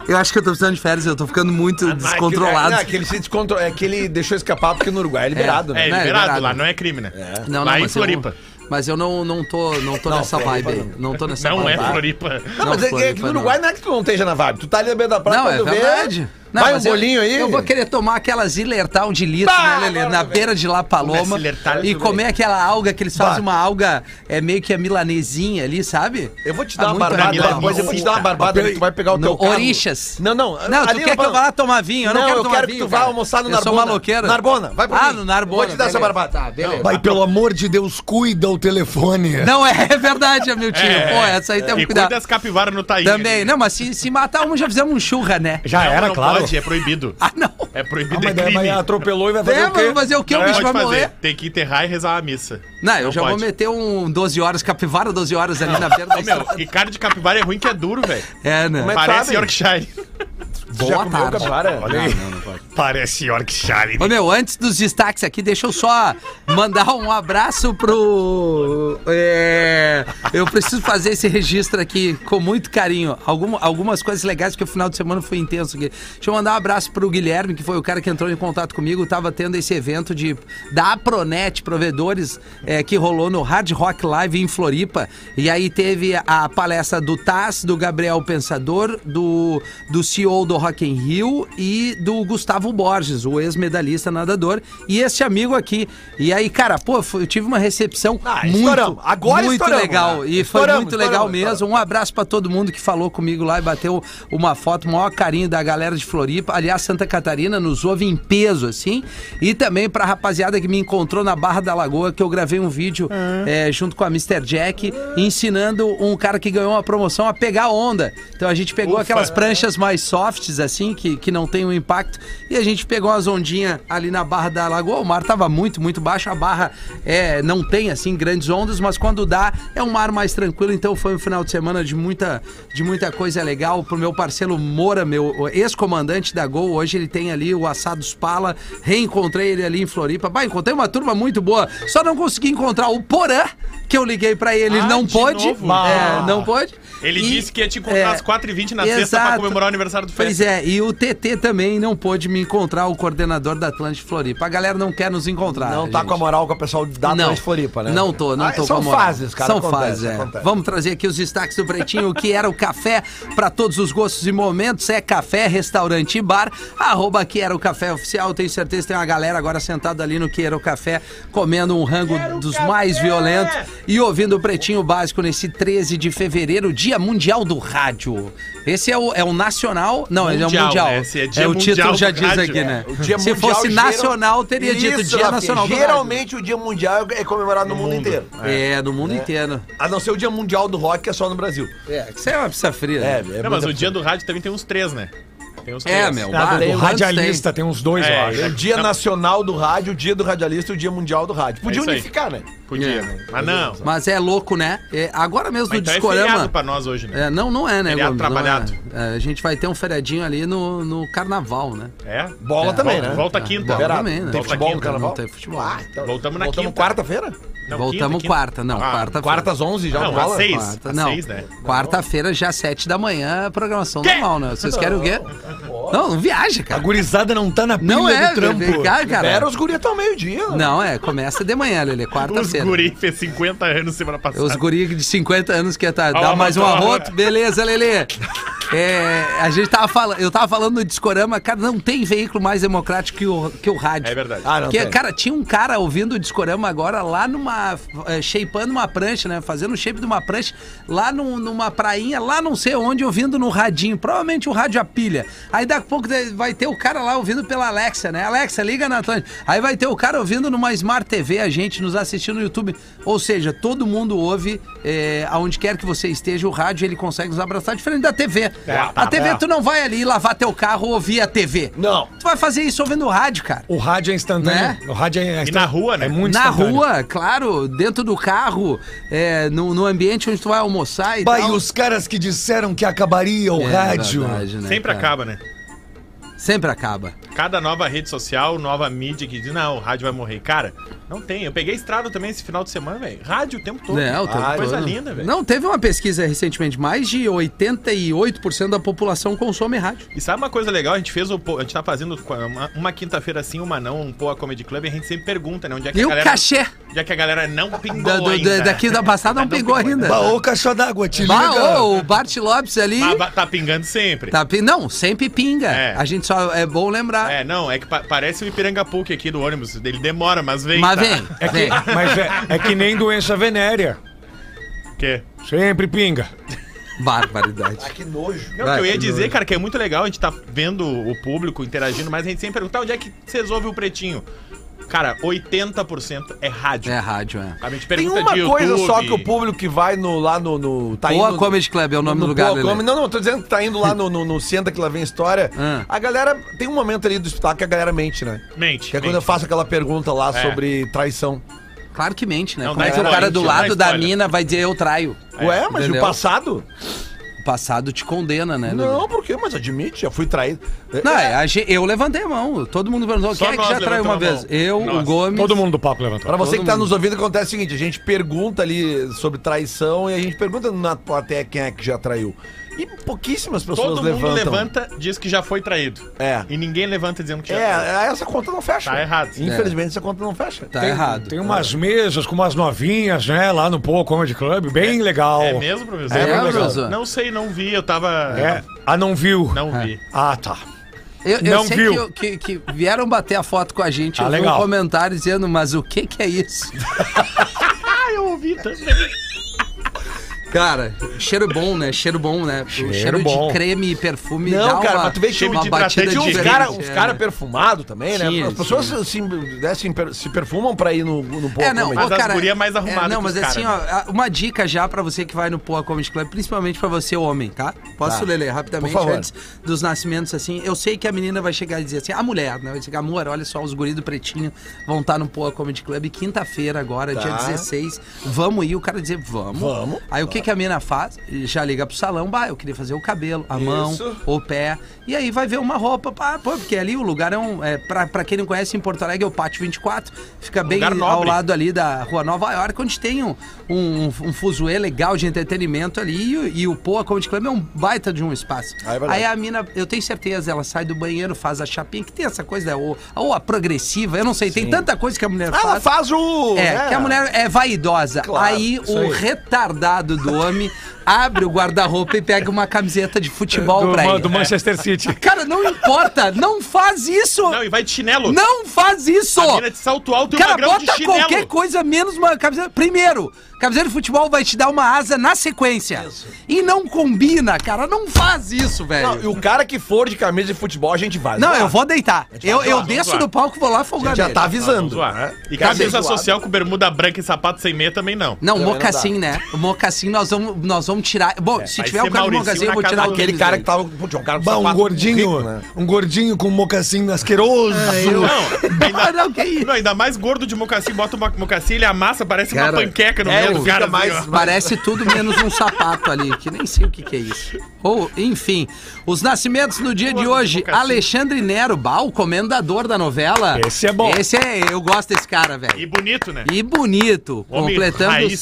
Speaker 3: Eu acho que eu tô precisando de férias, eu tô ficando
Speaker 5: Ah,
Speaker 3: muito descontrolado.
Speaker 4: É, não, é que ele se descontro... É que ele deixou escapar porque no Uruguai é liberado,
Speaker 5: É,
Speaker 4: né?
Speaker 3: Não, é
Speaker 5: liberado,
Speaker 3: liberado.
Speaker 5: lá não é crime, né?
Speaker 3: Não, não,
Speaker 5: lá em
Speaker 3: mas eu-
Speaker 5: Floripa.
Speaker 3: mas eu não, não tô, não tô nessa vibe aí. Não tô nessa
Speaker 5: Não é
Speaker 3: vibe.
Speaker 5: Floripa.
Speaker 4: Não, mas é, é que
Speaker 3: Floripa
Speaker 4: no
Speaker 3: não.
Speaker 4: Uruguai não é que tu não esteja na vibe. Tu tá ali na beira da praia,
Speaker 3: Não, é
Speaker 4: quando vê,
Speaker 3: verdade. Não,
Speaker 4: vai um
Speaker 3: mas eu-
Speaker 4: bolinho aí.
Speaker 3: Eu vou querer tomar aquelas ilertal de litro,
Speaker 4: Bah,
Speaker 3: né, Lelê?
Speaker 4: agora
Speaker 3: Na
Speaker 4: também.
Speaker 3: beira de La
Speaker 5: é
Speaker 3: Paloma.
Speaker 5: Começa Ilertal,
Speaker 3: E
Speaker 5: tudo
Speaker 3: comer aquela alga que eles fazem
Speaker 4: Bah.
Speaker 3: uma alga, é meio que a milanesinha ali, sabe?
Speaker 4: Eu vou te
Speaker 3: Tá
Speaker 4: dar uma
Speaker 3: muito
Speaker 4: barbada
Speaker 5: legal.
Speaker 4: depois, eu vou te dar uma barbada,
Speaker 3: Não,
Speaker 4: tu vai pegar o teu
Speaker 3: não,
Speaker 4: carro.
Speaker 3: orixas.
Speaker 4: Não, não.
Speaker 3: Não, tu
Speaker 4: ali
Speaker 3: quer
Speaker 4: na-
Speaker 3: que eu vá lá tomar vinho? Eu não,
Speaker 4: não,
Speaker 3: quero
Speaker 4: eu
Speaker 3: tomar
Speaker 4: quero
Speaker 3: vinho,
Speaker 4: que tu vá
Speaker 3: cara.
Speaker 4: almoçar no
Speaker 3: Eu sou
Speaker 4: Narbona.
Speaker 3: maloqueiro.
Speaker 4: Narbona, vai pra
Speaker 3: Ah,
Speaker 4: mim.
Speaker 3: no Narbona.
Speaker 4: Vou te dar essa
Speaker 3: beleza.
Speaker 4: barbada.
Speaker 3: Tá, beleza.
Speaker 7: Vai, pelo amor de Deus, cuida o telefone.
Speaker 3: Não, é, é verdade, meu tio. Pô, essa aí tem que
Speaker 5: E cuida assim, né?
Speaker 3: cuidar.
Speaker 5: das capivaras no Taí.
Speaker 3: Também. Não, mas se, se matar um, já fizemos um churra, né?
Speaker 6: Já era,
Speaker 5: não
Speaker 6: claro.
Speaker 5: pode, é proibido.
Speaker 3: Ah, não.
Speaker 5: É proibido,
Speaker 6: Ah,
Speaker 5: é
Speaker 6: mas daí vai,
Speaker 5: crime.
Speaker 6: atropelou e vai fazer
Speaker 3: É,
Speaker 6: o quê?
Speaker 3: mas fazer o quê?
Speaker 5: Não
Speaker 3: O bicho vai
Speaker 5: pode fazer.
Speaker 3: morrer.
Speaker 5: Tem que enterrar e rezar a missa.
Speaker 3: Não, eu já
Speaker 5: pode.
Speaker 3: vou meter um 12 horas, capivara 12 horas ali na beira da
Speaker 5: Ô, meu,
Speaker 3: estrada.
Speaker 5: e cara de capivara é ruim que é duro, velho.
Speaker 3: É, né?
Speaker 4: Mas
Speaker 5: Parece
Speaker 4: sabe?
Speaker 5: Yorkshire.
Speaker 3: Boa tarde.
Speaker 4: capivara?
Speaker 5: Olha aí. Parece Yorkshire.
Speaker 3: Ô meu, antes dos destaques aqui, deixa eu só mandar um abraço pro. É, eu preciso fazer esse registro aqui com muito carinho. Algum- algumas coisas legais, porque o final de semana foi intenso aqui. Deixa eu mandar um abraço pro Guilherme, que foi o cara que entrou em contato comigo. Tava tendo esse evento de da Apronet Provedores é, que rolou no Hard Rock Live em Floripa. E aí teve a palestra do Taz, do Gabriel Pensador, do, do CEO do Rock in Rio e do Gustavo Borges, o ex-medalhista nadador, e este amigo aqui. E aí, cara, pô, foi- eu tive uma recepção
Speaker 4: Ah,
Speaker 3: muito,
Speaker 4: estouramos. Agora
Speaker 3: muito
Speaker 4: estouramos,
Speaker 3: legal.
Speaker 4: né?
Speaker 3: E foi
Speaker 4: Estouramos,
Speaker 3: muito legal
Speaker 4: estouramos,
Speaker 3: mesmo.
Speaker 4: estouramos.
Speaker 3: Um abraço pra todo mundo que falou comigo lá e bateu uma foto, o maior carinho da galera de Floripa. Aliás, Santa Catarina nos ouve em peso, assim. E também pra rapaziada que me encontrou na Barra da Lagoa, que eu gravei um vídeo eh, junto com a Mr. Jack, ensinando um cara que ganhou uma promoção a pegar onda. Então a gente pegou aquelas pranchas mais softs, assim, que, que não tem um impacto. E a gente pegou umas ondinhas ali na Barra da Lagoa. O mar tava muito, muito baixo. A barra eh, não tem, assim, grandes ondas, mas quando dá, é um mar mais tranquilo. Então foi um final de semana de muita, de muita coisa legal. Pro meu parceiro Moura, meu ex-comandante da Gol, hoje ele tem ali o Assados Pala. Reencontrei ele ali em Floripa. Bah, encontrei uma turma muito boa. Só não consegui encontrar o Porã, que eu liguei pra ele.
Speaker 5: Ah,
Speaker 3: não
Speaker 5: de
Speaker 3: pôde.
Speaker 5: novo?
Speaker 3: É, não pôde.
Speaker 5: Ele
Speaker 3: E-
Speaker 5: disse que ia te encontrar
Speaker 3: é,
Speaker 5: às 4h20 na sexta pra
Speaker 3: exato.
Speaker 5: comemorar o aniversário do
Speaker 3: Pois
Speaker 5: Fest.
Speaker 3: é, e o TT também não pôde me encontrar, o coordenador da Atlântico Floripa. A galera não quer nos encontrar.
Speaker 4: Não tá
Speaker 3: gente.
Speaker 4: com a moral com o pessoal da
Speaker 3: Não,
Speaker 4: Trans Floripa, né?
Speaker 3: não tô, não
Speaker 4: Ah,
Speaker 3: tô
Speaker 4: São
Speaker 3: com a moral.
Speaker 4: fases, cara.
Speaker 3: São
Speaker 4: acontece,
Speaker 3: fases, é.
Speaker 4: acontece.
Speaker 3: Vamos trazer aqui os destaques do Pretinho, que era o café para todos os gostos e momentos. É café, restaurante e bar. Arroba que era o café oficial. Tenho certeza que tem uma galera agora sentada ali no que era o café, comendo um rango dos mais violentos e ouvindo o Pretinho Básico nesse 13 de fevereiro, Dia Mundial do Rádio. Esse é o, é o nacional... Não, ele é
Speaker 5: Mundial,
Speaker 3: o mundial.
Speaker 5: né? Esse é Dia
Speaker 3: o
Speaker 5: Mundial
Speaker 3: título
Speaker 5: do
Speaker 3: já diz
Speaker 5: Rádio.
Speaker 3: aqui, né?
Speaker 4: O dia
Speaker 3: Se
Speaker 4: mundial
Speaker 3: fosse
Speaker 4: geral-
Speaker 3: nacional, teria dito
Speaker 4: Isso,
Speaker 3: Dia
Speaker 4: Rafinha,
Speaker 3: Nacional do Rádio.
Speaker 4: Geralmente o dia mundial é comemorado no, mundo, inteiro.
Speaker 3: É, no mundo inteiro.
Speaker 4: A não ser o dia mundial do rock, que é só no Brasil.
Speaker 3: É, isso é uma pizza fria. né?
Speaker 5: Não, mas o dia do rádio também tem uns três, né? Tem uns
Speaker 3: É, meu.
Speaker 6: Ah, do-
Speaker 3: Bah,
Speaker 6: do
Speaker 3: antes
Speaker 6: radialista, tem uns dois,
Speaker 5: É,
Speaker 6: eu acho.
Speaker 4: É o dia nacional do rádio, o dia do radialista e o dia mundial do rádio. Podia
Speaker 5: isso aí.
Speaker 4: unificar, né?
Speaker 5: Podia,
Speaker 3: É.
Speaker 5: né? Mas não.
Speaker 3: tem. Mas é louco, né? É, agora mesmo
Speaker 5: Mas
Speaker 3: o
Speaker 5: então é
Speaker 3: Discorama.
Speaker 5: feriado pra nós hoje, né?
Speaker 3: É, não, não é, né,
Speaker 5: Feriado
Speaker 3: Gomes? Não
Speaker 5: trabalhado.
Speaker 3: é. É, a gente vai ter um feriadinho ali no, no carnaval, né?
Speaker 5: É?
Speaker 4: Bola também,
Speaker 5: volta,
Speaker 4: né?
Speaker 5: Volta
Speaker 3: Bom,
Speaker 5: quinta.
Speaker 4: Liberado.
Speaker 3: também, né?
Speaker 4: Tem
Speaker 3: Volta
Speaker 4: futebol no
Speaker 3: quinta,
Speaker 4: carnaval?
Speaker 3: Não tem futebol.
Speaker 4: então-
Speaker 5: Voltamos na
Speaker 4: Voltamos
Speaker 5: quinta.
Speaker 4: quarta-feira?
Speaker 5: Não,
Speaker 3: Voltamos
Speaker 5: quinta,
Speaker 3: quarta, não,
Speaker 5: Ah,
Speaker 3: quarta-feira.
Speaker 4: Quartas 11 já, é
Speaker 5: Não,
Speaker 4: bola?
Speaker 5: às seis.
Speaker 3: Quarta,
Speaker 5: às
Speaker 3: não.
Speaker 5: seis, né?
Speaker 3: Quarta-feira, já sete da manhã, programação normal, né? Vocês querem o quê? Não, não viaja,
Speaker 7: A
Speaker 3: cara.
Speaker 7: gurizada não tá na pilha
Speaker 3: Não é,
Speaker 7: do trampo.
Speaker 3: vem cá, cara.
Speaker 4: Era os guri até o meio-dia. né?
Speaker 3: Não, é, começa de manhã, Lelê,
Speaker 5: Os
Speaker 3: quarta-feira.
Speaker 5: guri fez 50 anos semana passada.
Speaker 3: tá Os guri de 50 anos que tá,
Speaker 5: Olha
Speaker 3: dá
Speaker 5: lá,
Speaker 3: mais um
Speaker 5: Marcelo.
Speaker 3: arroto. Beleza, Lelê. É, a gente tava falando, eu tava falando no Discorama, cara, não tem veículo mais democrático que o, que o rádio.
Speaker 5: É verdade.
Speaker 4: Ah, não
Speaker 3: Porque,
Speaker 4: tem.
Speaker 3: cara, tinha um cara ouvindo o Discorama agora lá numa. eh, shapeando uma prancha, né? Fazendo o shape de uma prancha lá num- numa prainha, lá não sei onde, ouvindo no radinho. Provavelmente o rádio a pilha. Aí daqui a pouco daí vai ter o cara lá ouvindo pela Alexa, né? Alexa, liga na Atlântica. Aí vai ter o cara ouvindo numa Smart TV, a gente nos assistindo no YouTube. Ou seja, todo mundo ouve, eh, aonde quer que você esteja, o rádio ele consegue nos abraçar, diferente da TV. a TV, tu não vai ali lavar teu carro ou ouvir a TV.
Speaker 4: Não.
Speaker 3: Tu vai fazer isso ouvindo o rádio, cara.
Speaker 6: O rádio é instantâneo.
Speaker 3: Né?
Speaker 6: O rádio é instantâneo.
Speaker 5: na rua, né?
Speaker 6: É muito
Speaker 3: Na
Speaker 6: instantâneo.
Speaker 3: rua, claro, dentro do carro, é, no, no ambiente onde tu vai almoçar e
Speaker 7: Pai,
Speaker 3: tal.
Speaker 7: os caras que disseram que acabaria o
Speaker 3: então- É
Speaker 7: rádio.
Speaker 3: verdade, né,
Speaker 5: Sempre
Speaker 3: cara?
Speaker 5: acaba, né?
Speaker 3: Sempre acaba.
Speaker 5: Cada nova rede social, nova mídia que diz, não, o rádio vai morrer. Cara, não tem. Eu peguei estrada também esse final de semana, velho. Rádio o tempo todo.
Speaker 3: Não, Né, o
Speaker 5: Ah,
Speaker 3: tempo
Speaker 5: coisa
Speaker 3: todo.
Speaker 5: linda, velho.
Speaker 3: Não, teve uma pesquisa recentemente, mais de 88% da população consome rádio.
Speaker 5: E sabe uma coisa legal? A gente fez o. po- A gente tá fazendo uma, uma quinta-feira sim, uma não, um Poa Comedy Club, e a gente sempre pergunta, né? Onde é que
Speaker 3: E
Speaker 5: a
Speaker 3: o
Speaker 5: galera.
Speaker 3: cachê
Speaker 5: Onde é que a galera não pingou
Speaker 3: da- do-
Speaker 5: ainda.
Speaker 3: da- daqui da passada não
Speaker 5: Não
Speaker 3: pegou
Speaker 5: pegou
Speaker 3: ainda.
Speaker 7: Bah, ô caixa d'água, te
Speaker 3: Bah,
Speaker 7: liga.
Speaker 3: ô, o Bart Lopes ali.
Speaker 5: Mas ba- tá pingando sempre.
Speaker 3: Tá, pi- não, sempre pinga.
Speaker 5: É.
Speaker 3: A gente só é bom lembrar.
Speaker 5: É, não, é que pa- parece o Ipiranga Puc aqui do ônibus. Ele demora, mas vem.
Speaker 3: Mas
Speaker 5: tá?
Speaker 3: vem,
Speaker 6: É que,
Speaker 3: vem.
Speaker 6: mas é, é que nem doença venérea.
Speaker 5: Quê?
Speaker 6: Sempre pinga.
Speaker 3: Barbaridade.
Speaker 4: Que nojo.
Speaker 5: Não,
Speaker 3: Vai,
Speaker 5: que eu ia
Speaker 3: que
Speaker 5: dizer,
Speaker 3: nojo.
Speaker 5: cara, que é muito legal a gente tá vendo o público interagindo, mas a gente sempre pergunta, "Tá, onde é que vocês ouvem o Pretinho? Cara, 80% é rádio.
Speaker 3: É rádio, é.
Speaker 5: A gente
Speaker 4: Tem
Speaker 5: pergunta
Speaker 4: uma
Speaker 5: de
Speaker 4: coisa
Speaker 5: YouTube.
Speaker 4: só que o público que vai no, lá no. no tá
Speaker 3: Boa
Speaker 4: indo-
Speaker 3: Comedy Club é o nome do
Speaker 4: no
Speaker 3: lugar,
Speaker 4: Boa
Speaker 3: Lelê.
Speaker 4: Comedy- Não, não, tô dizendo que tá indo lá no, no, no Senta que lá vem história.
Speaker 3: Ah.
Speaker 4: A galera. Tem um momento ali do espetáculo que a galera mente, né?
Speaker 5: Mente.
Speaker 4: Que é
Speaker 5: mente.
Speaker 4: quando eu faço aquela pergunta lá
Speaker 5: É.
Speaker 4: sobre traição.
Speaker 3: Claro que mente, né?
Speaker 5: Não,
Speaker 3: Como
Speaker 5: dá
Speaker 3: é que o cara
Speaker 5: spoiler,
Speaker 3: do
Speaker 5: não dá
Speaker 3: lado da
Speaker 5: spoiler.
Speaker 3: mina vai dizer eu traio?
Speaker 4: É. Ué, mas e
Speaker 3: É, Entendeu?
Speaker 4: o passado?
Speaker 3: O passado te condena, né? Lelê?
Speaker 4: Não, por quê? Mas admite, já fui traído. É,
Speaker 3: Não, é, a gente- eu levantei a mão. Todo mundo perguntou:
Speaker 5: Só
Speaker 3: quem é que
Speaker 5: nós
Speaker 3: já traiu uma
Speaker 5: levantamos a
Speaker 3: vez?
Speaker 5: mão.
Speaker 3: Eu, o
Speaker 5: Nós.
Speaker 3: Gomes.
Speaker 6: Todo mundo do palco levantou.
Speaker 4: Pra você
Speaker 3: Todo
Speaker 4: que tá
Speaker 3: mundo.
Speaker 4: nos ouvindo, acontece o seguinte: a gente pergunta ali sobre traição e a gente pergunta na plateia quem é que já traiu. E pouquíssimas pessoas
Speaker 5: Todo
Speaker 4: levantam.
Speaker 5: mundo levanta, diz que já foi traído.
Speaker 4: É.
Speaker 5: E ninguém levanta dizendo que já foi.
Speaker 4: É, essa conta não fecha.
Speaker 5: Tá errado.
Speaker 4: Infelizmente, essa conta não fecha.
Speaker 3: Tá
Speaker 6: Tem,
Speaker 3: errado.
Speaker 5: Ah.
Speaker 6: Tem umas mesas com umas novinhas, né? Lá no Pô Comedy Club, bem legal.
Speaker 5: É mesmo, professor?
Speaker 6: É,
Speaker 5: Não,
Speaker 6: professor.
Speaker 5: professor. Não sei, não vi, eu tava...
Speaker 6: É. Ah, não viu?
Speaker 5: Não vi.
Speaker 3: É.
Speaker 6: Ah, tá.
Speaker 3: Eu, eu
Speaker 6: Não
Speaker 3: sei
Speaker 6: viu.
Speaker 3: que eu- Que, que, vieram bater a foto com a gente.
Speaker 6: Ah,
Speaker 3: eu vi um
Speaker 6: legal.
Speaker 3: comentário dizendo: mas o que que é isso?
Speaker 5: Ah, eu ouvi também.
Speaker 3: Cara, cheiro bom, né? Cheiro bom, né? o cheiro
Speaker 6: bom.
Speaker 3: de creme e perfume
Speaker 4: Não,
Speaker 3: dá
Speaker 4: cara,
Speaker 3: uma,
Speaker 4: mas tu vê que
Speaker 3: uma
Speaker 5: de
Speaker 3: batida né? é. de
Speaker 5: hidratante, tinha
Speaker 4: Tinha uns
Speaker 5: diferente,
Speaker 4: caras uns cara perfumados também, né?
Speaker 3: Tinha,
Speaker 4: As pessoas se, né, se per- se perfumam pra ir no, no né? Pô
Speaker 3: É, não,
Speaker 4: Comedy.
Speaker 5: Mas
Speaker 3: pô,
Speaker 5: as
Speaker 3: cara,
Speaker 5: guria mais arrumada
Speaker 3: não,
Speaker 5: que
Speaker 3: mas
Speaker 5: os
Speaker 3: assim, ó, uma dica já pra você que vai no Poa Comedy Club, principalmente pra você, homem, tá? Posso
Speaker 4: Tá.
Speaker 3: ler Lele, rapidamente
Speaker 4: Por favor.
Speaker 3: antes dos nascimentos, assim? Eu sei que a menina vai chegar e dizer assim, a mulher, né? Vai dizer, amor, olha só, os guris do pretinho vão estar no Poa Comedy Club quinta-feira agora, dia 16. Vamos ir, o cara dizer, vamos.
Speaker 4: Tá. Vamos.
Speaker 3: Aí o que, que a menina faz? Já liga pro salão, bah, eu queria fazer o cabelo, a mão, o pé. E aí vai ver uma roupa, pá, pô, porque ali o lugar é um. É, pra, pra quem não conhece, em Porto Alegre é o Pátio 24. Fica bem
Speaker 5: Um Lugar
Speaker 3: ao
Speaker 5: nobre.
Speaker 3: lado lado ali da Rua Nova York, onde tem um, um, um fuzuê legal de entretenimento ali e, o- e o Poa Comedy Club é um baita de um espaço.
Speaker 4: Ah, é verdade.
Speaker 3: Aí a mina, eu tenho certeza, ela sai do banheiro, faz a chapinha, que tem essa coisa, né, ou, ou a progressiva, eu não sei, tem tanta coisa que a mulher
Speaker 4: Ah, Ela faz o. né?
Speaker 3: é, que a mulher é vaidosa.
Speaker 4: Claro,
Speaker 3: aí
Speaker 4: isso
Speaker 3: o
Speaker 4: aí.
Speaker 3: retardado do homem abre o guarda-roupa e pega uma camiseta de futebol
Speaker 6: do,
Speaker 3: pra
Speaker 6: Ma-
Speaker 3: ele.
Speaker 6: do Manchester City.
Speaker 3: Cara, não importa, não faz isso!
Speaker 5: Não, e vai de chinelo.
Speaker 3: Não faz isso!
Speaker 5: A
Speaker 4: é
Speaker 5: mina de salto alto e um
Speaker 3: Cara,
Speaker 5: magrão de
Speaker 3: bota
Speaker 5: chinelo.
Speaker 3: qualquer coisa menos uma camiseta. Primeiro, camiseta de futebol vai te dar uma asa na sequência. E não combina, cara. Não faz isso,
Speaker 4: Não, e
Speaker 3: velho.
Speaker 4: o cara que for de camisa de futebol, a gente vai.
Speaker 3: Não,
Speaker 4: zoar.
Speaker 3: eu vou deitar. Eu, eu
Speaker 5: zoar,
Speaker 3: desço
Speaker 5: vamos
Speaker 3: do palco, vou lá folgar
Speaker 4: Já
Speaker 3: nele.
Speaker 4: tá
Speaker 5: Vamos
Speaker 4: avisando.
Speaker 5: lá.
Speaker 4: né?
Speaker 5: E
Speaker 4: Quer ser
Speaker 5: camisa
Speaker 4: zoado.
Speaker 5: social com bermuda branca e sapato sem meia também não.
Speaker 3: Não,
Speaker 4: Também não
Speaker 3: mocassim, né? O mocassim nós vamos, nós vamos tirar. Bom, se
Speaker 5: É, vai
Speaker 3: tiver
Speaker 5: ser
Speaker 3: o cara de
Speaker 5: Mauricinho
Speaker 3: mocassim, eu
Speaker 5: na
Speaker 3: vou
Speaker 5: casa
Speaker 3: tirar
Speaker 5: do
Speaker 3: o
Speaker 4: Aquele
Speaker 3: tênis
Speaker 4: cara que
Speaker 3: dele.
Speaker 4: tava. Pô, tinha um cara com
Speaker 7: Bah, um
Speaker 4: sapato
Speaker 7: gordinho.
Speaker 4: rico, né?
Speaker 7: Um gordinho com um mocassinho asqueroso.
Speaker 3: É,
Speaker 5: Não, ainda,
Speaker 3: Não, que isso?
Speaker 5: não, ainda mais gordo de mocassim, bota uma mocassim, ele amassa, parece
Speaker 3: Cara,
Speaker 5: uma panqueca no
Speaker 4: é,
Speaker 5: meio
Speaker 4: ele
Speaker 5: do
Speaker 4: fica
Speaker 5: cara.
Speaker 4: mais-
Speaker 5: assim, ó.
Speaker 3: Parece tudo menos um sapato ali, que nem sei o que, que é isso. Ou, enfim, os nascimentos no dia de hoje, Alexandre Nero Bal, comendador da novela.
Speaker 6: Esse é bom.
Speaker 3: Esse é, eu gosto desse cara, velho.
Speaker 5: E bonito, né?
Speaker 3: E bonito,
Speaker 5: Homem
Speaker 3: completando
Speaker 5: raiz.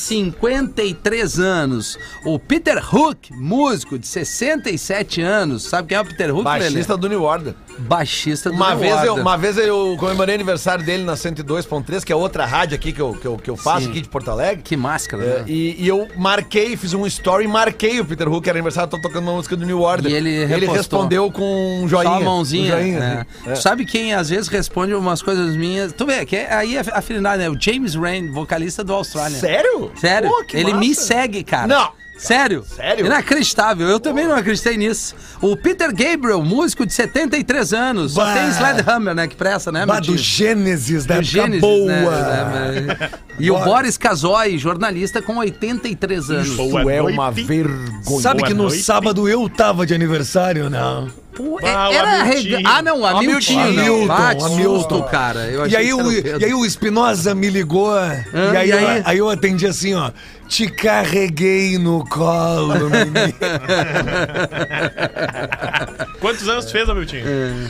Speaker 3: 53 anos. O Peter Hook, músico de 67 anos. Sabe quem é o Peter Hook,
Speaker 4: Baixista
Speaker 3: Lelê?
Speaker 4: do New Order.
Speaker 3: Baixista do
Speaker 4: Uma
Speaker 3: The
Speaker 4: vez, eu,
Speaker 3: Order.
Speaker 4: uma vez eu comemorei aniversário dele na 102.3, que é outra rádio aqui que eu, que eu, que eu faço
Speaker 3: Sim.
Speaker 4: aqui de Porto Alegre.
Speaker 3: Que máscara,
Speaker 4: É,
Speaker 3: né?
Speaker 4: e, e eu marquei, fiz um story, marquei o Peter Hook, era aniversário, tô tocando uma música do New Order.
Speaker 3: E ele repostou.
Speaker 4: respondeu com um joinha.
Speaker 3: Só a mãozinha.
Speaker 4: Um joinha,
Speaker 3: é.
Speaker 4: assim.
Speaker 3: Tu Sabe quem às vezes responde umas coisas minhas? Tu vê, que é- aí é afinidade, né? O James Rain, vocalista do Austrália.
Speaker 4: Sério?
Speaker 3: Sério?
Speaker 4: Pô, que
Speaker 3: ele
Speaker 4: massa.
Speaker 3: me segue, cara.
Speaker 4: Não.
Speaker 3: Sério?
Speaker 4: Sério?
Speaker 3: Inacreditável. Eu também não acreditei nisso. O Peter Gabriel, músico de 73 anos. Só
Speaker 7: Bah.
Speaker 3: tem Sledgehammer, né? Que pressa, né,
Speaker 7: Bah,
Speaker 3: meu tio?
Speaker 7: do Gênesis, da
Speaker 4: Tá
Speaker 3: Do
Speaker 7: época
Speaker 3: Gênesis,
Speaker 7: boa.
Speaker 3: né? né, E o
Speaker 7: Bora.
Speaker 3: Boris Casoy, jornalista com 83 anos.
Speaker 5: Isso.
Speaker 4: Isso
Speaker 5: Boa
Speaker 4: é uma
Speaker 5: noite.
Speaker 4: vergonha.
Speaker 7: Sabe
Speaker 5: Boa
Speaker 7: que no
Speaker 5: noite.
Speaker 7: sábado eu tava de aniversário, né? não?
Speaker 3: Pô, é-
Speaker 5: Ah, o
Speaker 3: era
Speaker 5: Hamilton.
Speaker 3: rega... Ah, não, a Milton.
Speaker 7: Hamilton,
Speaker 3: Ah, que susto,
Speaker 7: Hamilton.
Speaker 3: cara.
Speaker 7: E
Speaker 3: Eu achei
Speaker 7: aí,
Speaker 3: que era
Speaker 7: o,
Speaker 3: Pedro.
Speaker 7: e aí o Espinosa me ligou, e aí,
Speaker 3: e
Speaker 7: eu-
Speaker 3: aí?
Speaker 7: aí eu atendi assim, ó. Te carreguei no colo, menino.
Speaker 5: Quantos anos tu fez, Hamilton?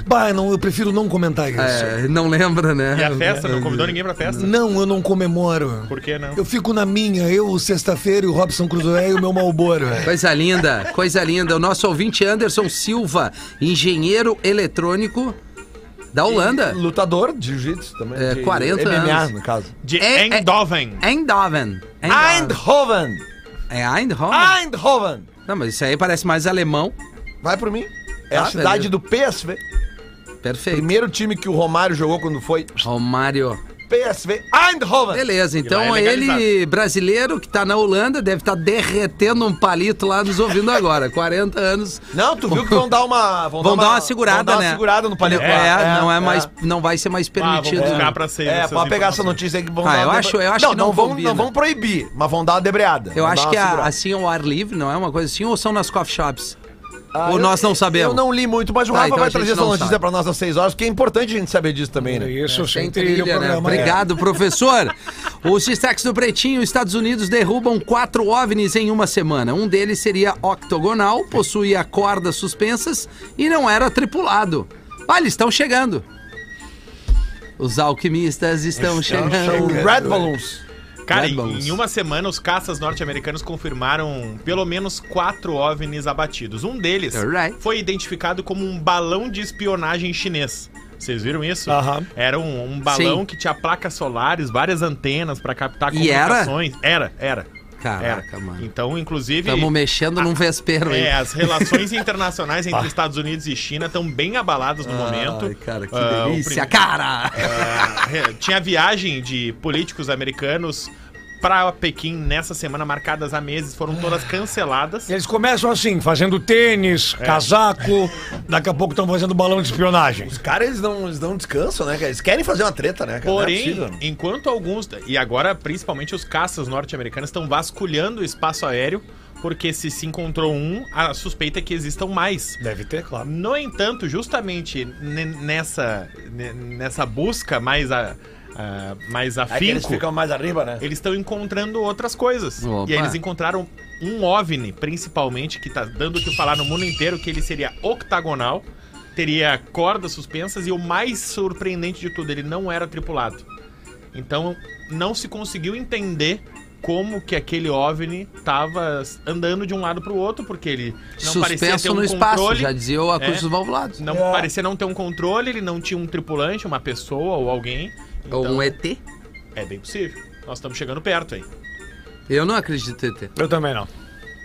Speaker 7: bah, não, eu prefiro não comentar isso.
Speaker 3: É, não lembra, né?
Speaker 5: E a festa? Não convidou ninguém pra festa?
Speaker 7: Não, eu não comemoro.
Speaker 5: Por que não?
Speaker 7: Eu fico na minha, eu, sexta-feira, e o Robson Cruzoé e o meu Malboro.
Speaker 3: Coisa linda, coisa linda. O nosso ouvinte Anderson Silva, engenheiro eletrônico da Holanda.
Speaker 4: É. Lutador de jiu-jitsu também.
Speaker 3: É,
Speaker 4: de
Speaker 3: 40
Speaker 4: MMA,
Speaker 3: anos.
Speaker 4: no caso.
Speaker 5: De
Speaker 3: É- é-
Speaker 5: Eindhoven.
Speaker 3: Eindhoven. Eindhoven.
Speaker 4: Eindhoven!
Speaker 3: É Eindhoven?
Speaker 4: Eindhoven!
Speaker 3: Não, mas isso aí parece mais alemão.
Speaker 4: Vai por mim. É
Speaker 3: Ah,
Speaker 4: a
Speaker 3: beleza.
Speaker 4: cidade do PSV.
Speaker 3: Perfeito.
Speaker 4: Primeiro time que o Romário jogou quando foi
Speaker 3: Romário.
Speaker 4: PSV Eindhoven.
Speaker 3: Beleza, então
Speaker 5: é legalizado.
Speaker 3: ele, brasileiro, que tá na Holanda, deve estar derretendo um palito lá nos ouvindo agora. 40 anos.
Speaker 4: Não, tu viu que vão dar uma...
Speaker 3: Vão dar uma segurada,
Speaker 4: vão dar uma
Speaker 3: né?
Speaker 4: segurada no palito.
Speaker 3: É,
Speaker 4: lá.
Speaker 3: não é mais. Não vai ser mais
Speaker 5: Ah, vamos
Speaker 3: permitido.
Speaker 5: buscar pra ser.
Speaker 4: É, pode pegar essa notícia aí que vão
Speaker 3: Ah,
Speaker 4: dar
Speaker 3: eu
Speaker 4: uma
Speaker 3: acho-
Speaker 4: debra-
Speaker 3: eu acho
Speaker 4: não,
Speaker 3: que não
Speaker 4: não vão,
Speaker 3: combina.
Speaker 4: não vão proibir, mas vão dar uma debreada.
Speaker 3: Eu
Speaker 4: vão dar
Speaker 3: acho
Speaker 4: uma
Speaker 3: que a,
Speaker 4: segurada.
Speaker 3: assim ao ar livre, não é uma coisa assim? Ou são nas coffee shops?
Speaker 4: Ah,
Speaker 3: ou
Speaker 4: eu-
Speaker 3: nós não sabemos?
Speaker 4: Eu não li muito, mas o
Speaker 3: Tá,
Speaker 4: Rafa
Speaker 3: então a
Speaker 4: vai
Speaker 3: gente
Speaker 4: trazer essa
Speaker 3: não
Speaker 4: notícia
Speaker 3: sabe.
Speaker 4: pra nós às 6 horas, porque é importante a gente saber disso também, né?
Speaker 6: Isso,
Speaker 3: Sem
Speaker 6: sempre
Speaker 3: trilha,
Speaker 6: o
Speaker 3: né?
Speaker 6: programa.
Speaker 3: Obrigado, professor. Os destaques do Pretinho, Estados Unidos derrubam quatro OVNIs em uma semana. Um deles seria octogonal, possuía cordas suspensas e não era tripulado. Ah, eles estão chegando. Os alquimistas estão
Speaker 4: O
Speaker 5: É,
Speaker 3: chegando.
Speaker 4: Red Balloons.
Speaker 5: Cara,
Speaker 3: Red
Speaker 5: em,
Speaker 3: Balloons.
Speaker 5: em uma semana, os caças norte-americanos confirmaram pelo menos quatro OVNIs abatidos. Um deles
Speaker 3: Alright.
Speaker 5: foi identificado como um balão de espionagem chinês. Vocês viram isso?
Speaker 7: Aham.
Speaker 5: Era um, um balão
Speaker 3: Sim.
Speaker 5: que tinha placas solares, várias antenas pra captar
Speaker 3: E era?
Speaker 5: comunicações. Era? Era, era.
Speaker 3: Caraca, mano.
Speaker 5: Então, inclusive...
Speaker 3: Estamos É. mexendo num vespeiro aí.
Speaker 5: É, as relações internacionais
Speaker 3: Ah.
Speaker 5: entre Estados Unidos e China estão bem abaladas no momento.
Speaker 3: Ai, cara, que
Speaker 5: Ah, o
Speaker 3: delícia,
Speaker 5: prim-
Speaker 3: cara!
Speaker 5: Ah, é, tinha viagem de políticos americanos pra Pequim nessa semana, marcadas há meses, foram todas canceladas.
Speaker 6: Eles começam assim, fazendo tênis, casaco, daqui a pouco estão fazendo balão de espionagem.
Speaker 4: Os caras, eles não, eles não descansam, né, cara? Eles querem fazer uma treta, né, cara? Não é
Speaker 5: Porém,
Speaker 4: possível, né?
Speaker 5: enquanto alguns, e agora principalmente os caças norte-americanos, estão vasculhando o espaço aéreo, porque se se encontrou um, a suspeita é que existam mais.
Speaker 6: Deve ter, claro.
Speaker 5: No entanto, justamente ne- nessa, ne- nessa busca mais a, a mais
Speaker 4: É que eles
Speaker 5: afinco,
Speaker 4: ficam mais arriba, né?
Speaker 5: eles estão encontrando outras coisas.
Speaker 3: Opa.
Speaker 5: E aí eles encontraram um OVNI, principalmente, que tá dando o que falar no mundo inteiro, que ele seria octagonal, teria cordas suspensas e o mais surpreendente de tudo, ele não era tripulado. Então, não se conseguiu entender como que aquele OVNI tava andando de um lado pro outro, porque ele não parecia ter
Speaker 3: Suspenso
Speaker 5: um
Speaker 3: no espaço,
Speaker 5: controle.
Speaker 3: já dizia o
Speaker 5: É.
Speaker 3: Acus dos Valvulados.
Speaker 5: Não parecia não ter um controle, ele não tinha um tripulante, uma pessoa ou alguém.
Speaker 3: Ou
Speaker 5: Então,
Speaker 3: um ET?
Speaker 5: é bem possível. Nós estamos chegando perto, hein?
Speaker 3: Eu não acredito em ET.
Speaker 6: Eu também não.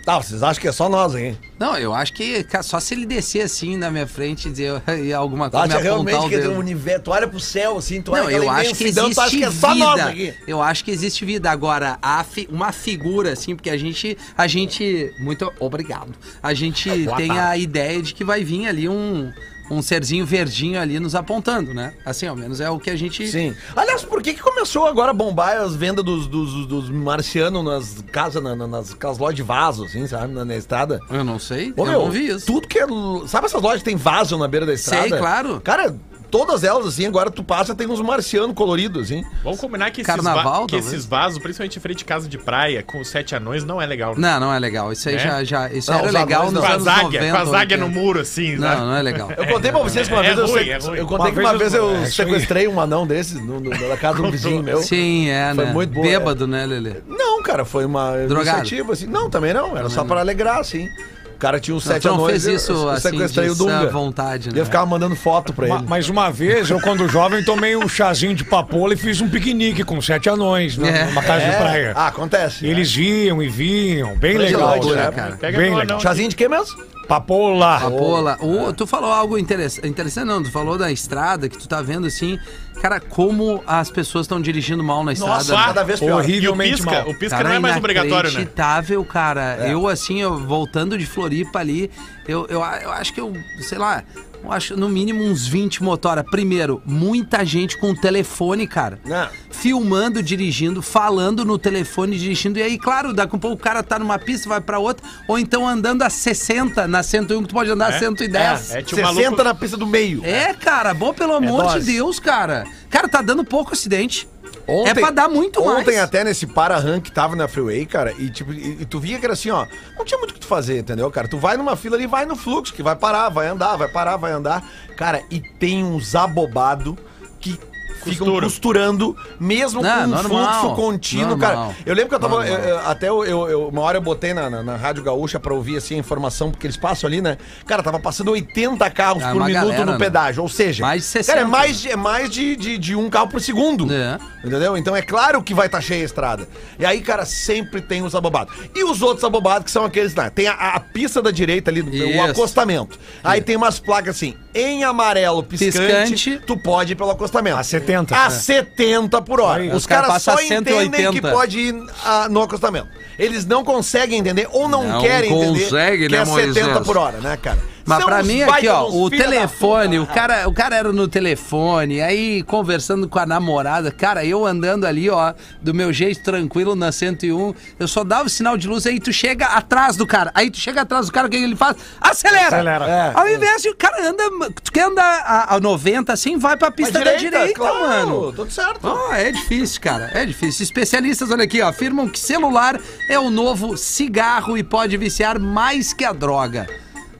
Speaker 4: Tá, vocês acham que é só nós, hein?
Speaker 3: Não, eu acho que cara, só se ele descer assim na minha frente e dizer e alguma
Speaker 4: Tu
Speaker 3: coisa
Speaker 4: acha
Speaker 3: me apontar
Speaker 4: realmente
Speaker 3: o
Speaker 4: que
Speaker 3: dedo.
Speaker 4: tem um universo, tu olha pro céu, assim, tu olha
Speaker 3: Não, eu
Speaker 4: aquela
Speaker 3: acho que
Speaker 4: imensidão,
Speaker 3: existe
Speaker 4: tu acha que é
Speaker 3: vida.
Speaker 4: só nós aqui.
Speaker 3: Eu acho que existe vida agora, a fi- uma figura assim, porque a gente a gente muito obrigado. A gente
Speaker 4: É,
Speaker 3: tem a ideia de que vai vir ali um um serzinho verdinho ali nos apontando, né? Assim, ao menos é o que a gente
Speaker 4: Sim. Aliás, por que, que começou agora a bombar as vendas dos, dos, dos marcianos nas casas, na, na- nas, aquelas lojas de vaso, assim, sabe, na, na estrada?
Speaker 3: Eu não sei,
Speaker 4: Ô,
Speaker 3: eu
Speaker 4: meu,
Speaker 3: não vi isso.
Speaker 4: Tudo que é. lo- Sabe essas lojas que tem vaso na beira da
Speaker 3: Sei,
Speaker 4: estrada?
Speaker 3: claro.
Speaker 4: Cara, todas elas, assim, agora tu passa, tem uns marcianos coloridos, assim.
Speaker 5: Vamos combinar que esses,
Speaker 3: Carnaval,
Speaker 5: va- que
Speaker 3: talvez.
Speaker 5: esses vasos, principalmente em frente de casa de praia, com os sete anões, não é legal. né?
Speaker 3: Não, não é legal. Isso aí
Speaker 5: É?
Speaker 3: já, já isso
Speaker 4: Não,
Speaker 3: era
Speaker 4: os
Speaker 3: legal
Speaker 4: anões
Speaker 3: nos
Speaker 5: Com a
Speaker 3: anos
Speaker 5: zaga,
Speaker 3: 90.
Speaker 5: com a zaga no
Speaker 3: 80.
Speaker 5: muro, assim,
Speaker 3: Não,
Speaker 5: né?
Speaker 3: não é legal.
Speaker 4: Eu contei pra vocês que uma
Speaker 5: é
Speaker 4: vez eu
Speaker 5: ruim,
Speaker 4: sei-
Speaker 5: é ruim.
Speaker 4: Eu contei
Speaker 6: Uma
Speaker 4: que uma
Speaker 6: vez
Speaker 4: vez eu
Speaker 6: eu- é, isso aí.
Speaker 4: sequestrei um anão desses no, no- na casa de um vizinho meu.
Speaker 3: Sim, é,
Speaker 4: Foi
Speaker 3: né?
Speaker 4: muito boa,
Speaker 3: Bêbado, né, Lelê?
Speaker 4: Não, cara, foi uma
Speaker 3: Drogado.
Speaker 4: iniciativa, assim. Não, também não. Era só pra alegrar, assim. O cara tinha uns sete
Speaker 3: tu não
Speaker 4: anões.
Speaker 3: fez isso assim,
Speaker 4: sequestrei
Speaker 3: de
Speaker 4: o Dunga.
Speaker 3: sã vontade,
Speaker 4: E eu
Speaker 3: né?
Speaker 4: ficava mandando foto pra
Speaker 6: Ma-
Speaker 4: ele.
Speaker 6: Mas uma vez, eu quando jovem, tomei um chazinho de papoula e fiz um piquenique com sete anões
Speaker 3: É.
Speaker 6: né, numa casa de
Speaker 4: É,
Speaker 6: praia.
Speaker 4: Ah, acontece.
Speaker 6: E eles iam e vinham, bem
Speaker 4: Grande
Speaker 6: legal.
Speaker 4: noite,
Speaker 6: né?
Speaker 4: né,
Speaker 3: cara?
Speaker 5: Pega
Speaker 6: bem
Speaker 5: no
Speaker 6: legal.
Speaker 5: anão.
Speaker 4: Chazinho de quê mesmo?
Speaker 6: Papoula.
Speaker 3: Papola, o- tu falou algo interessa- interessante, não, tu falou da estrada, que tu tá vendo assim, cara, como as pessoas estão dirigindo mal na estrada.
Speaker 4: Nossa,
Speaker 3: né?
Speaker 4: cada vez pior.
Speaker 5: E o
Speaker 6: Horrivelmente
Speaker 5: pisca,
Speaker 6: mal.
Speaker 5: o pisca não é mais obrigatório, né? É.
Speaker 3: inacreditável, cara. Eu, assim, eu, voltando de Floripa ali, eu, eu, a- eu acho que eu, sei lá, eu acho no mínimo uns 20 motora. Primeiro, muita gente com telefone, cara.
Speaker 4: Não.
Speaker 3: Filmando, dirigindo, falando no telefone, dirigindo. E aí, claro, daqui a pouco o cara tá numa pista, vai pra outra. Ou então andando a 60, na 101, que tu pode andar a 110.
Speaker 5: É, tinha
Speaker 4: 60
Speaker 5: um maluco...
Speaker 4: na pista do meio.
Speaker 3: É, cara, bom, pelo amor de
Speaker 4: dose.
Speaker 3: Deus, cara. Cara, tá dando pouco acidente.
Speaker 4: Ontem,
Speaker 3: É pra dar muito mais.
Speaker 4: Ontem até nesse para-rank que tava na freeway, cara, e tipo, e, e tu via que era assim, ó, não tinha muito o que tu fazer, entendeu, cara? Tu vai numa fila ali, vai no fluxo, que vai parar, vai andar, vai parar, vai andar. Cara, e tem uns abobado que ficam
Speaker 5: Costura.
Speaker 4: costurando, mesmo
Speaker 3: Ah,
Speaker 4: com um
Speaker 3: normal,
Speaker 4: fluxo contínuo,
Speaker 3: normal.
Speaker 4: cara. Eu lembro que eu tava.
Speaker 3: Normal.
Speaker 4: eu- eu- até eu, eu- eu- uma hora eu botei na, na- na Rádio Gaúcha pra ouvir assim a informação, porque eles passam ali, né? Cara, tava passando 80 carros
Speaker 3: Ah,
Speaker 4: por
Speaker 3: uma
Speaker 4: minuto
Speaker 3: galera,
Speaker 4: no
Speaker 3: né?
Speaker 4: pedágio. Ou seja,
Speaker 3: Mais de
Speaker 4: cara, é
Speaker 3: 60,
Speaker 4: mais de- é mais de, de, de um carro por segundo.
Speaker 3: É.
Speaker 4: Entendeu? Então é claro que vai estar cheia a estrada. E aí, cara, sempre tem os abobados. E os outros abobados que são aqueles lá. Tem a, a pista da direita ali, do-
Speaker 3: Isso.
Speaker 4: o acostamento. Aí tem umas placas assim, em amarelo piscante,
Speaker 3: Piscante.
Speaker 4: tu pode ir pelo acostamento.
Speaker 6: A 70.
Speaker 4: A
Speaker 6: É.
Speaker 4: 70 por hora.
Speaker 6: Aí.
Speaker 4: Os,
Speaker 3: Os cara
Speaker 4: caras
Speaker 3: passa
Speaker 4: só entendem que
Speaker 3: 180.
Speaker 4: pode ir ah, no acostamento. Eles não conseguem entender ou não,
Speaker 3: Não
Speaker 4: querem
Speaker 3: consegue,
Speaker 4: entender que
Speaker 3: né,
Speaker 4: é 70
Speaker 3: Moisés?
Speaker 4: por hora, né, cara?
Speaker 3: Mas
Speaker 4: São
Speaker 3: pra
Speaker 4: uns
Speaker 3: mim
Speaker 4: baita
Speaker 3: aqui, ó,
Speaker 4: uns
Speaker 3: o
Speaker 4: filha da
Speaker 3: telefone,
Speaker 4: puta,
Speaker 3: o cara, o cara era no telefone, aí conversando com a namorada, cara, eu andando ali, ó, do meu jeito tranquilo na 101, eu só dava o sinal de luz, aí tu chega atrás do cara, aí tu chega atrás do cara, o que que ele faz? Acelera!
Speaker 6: Acelera.
Speaker 3: É, Ao invés de o cara anda, tu quer andar a, a 90 assim, vai pra pista
Speaker 4: direita,
Speaker 3: da direita,
Speaker 4: claro,
Speaker 3: mano.
Speaker 4: Tudo certo.
Speaker 3: Ah, é difícil, cara. É difícil. Especialistas, olha aqui, ó, afirmam que celular é o novo cigarro e pode viciar mais que a droga.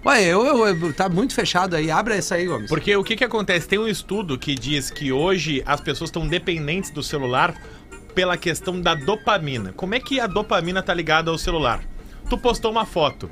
Speaker 3: Ué, eu, eu- eu- tá muito fechado aí. Abre essa aí, Gomes.
Speaker 5: Porque o que, que acontece? Tem um estudo que diz que hoje as pessoas estão dependentes do celular pela questão da dopamina. Como é que a dopamina tá ligada ao celular? Tu postou uma foto.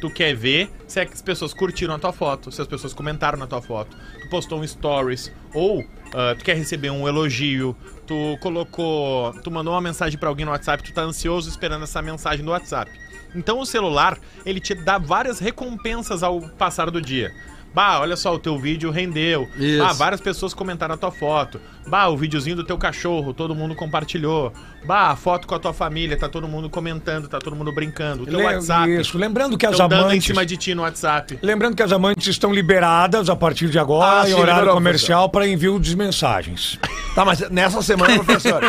Speaker 5: Tu quer ver se é que as pessoas curtiram a tua foto, se as pessoas comentaram na tua foto. Tu postou um stories ou ah, tu quer receber um elogio. Tu colocou, tu mandou uma mensagem pra alguém no WhatsApp, tu tá ansioso esperando essa mensagem do WhatsApp. Então o celular, ele te dá várias recompensas ao passar do dia. Bah, olha só, o teu vídeo rendeu.
Speaker 3: Isso.
Speaker 5: Ah, várias pessoas comentaram a tua foto. Bah, o videozinho do teu cachorro, todo mundo compartilhou. Bah, a foto com a tua família, tá todo mundo comentando, tá todo mundo brincando. O teu
Speaker 6: Le-
Speaker 5: WhatsApp.
Speaker 6: Isso, lembrando que as
Speaker 5: Estão dando em
Speaker 6: amantes.
Speaker 5: cima de ti no WhatsApp.
Speaker 6: Lembrando que as amantes estão liberadas a partir de agora
Speaker 4: Ah,
Speaker 6: em
Speaker 4: sim,
Speaker 6: horário
Speaker 4: liberou,
Speaker 6: comercial para envio de mensagens.
Speaker 4: Tá, mas nessa semana, professor.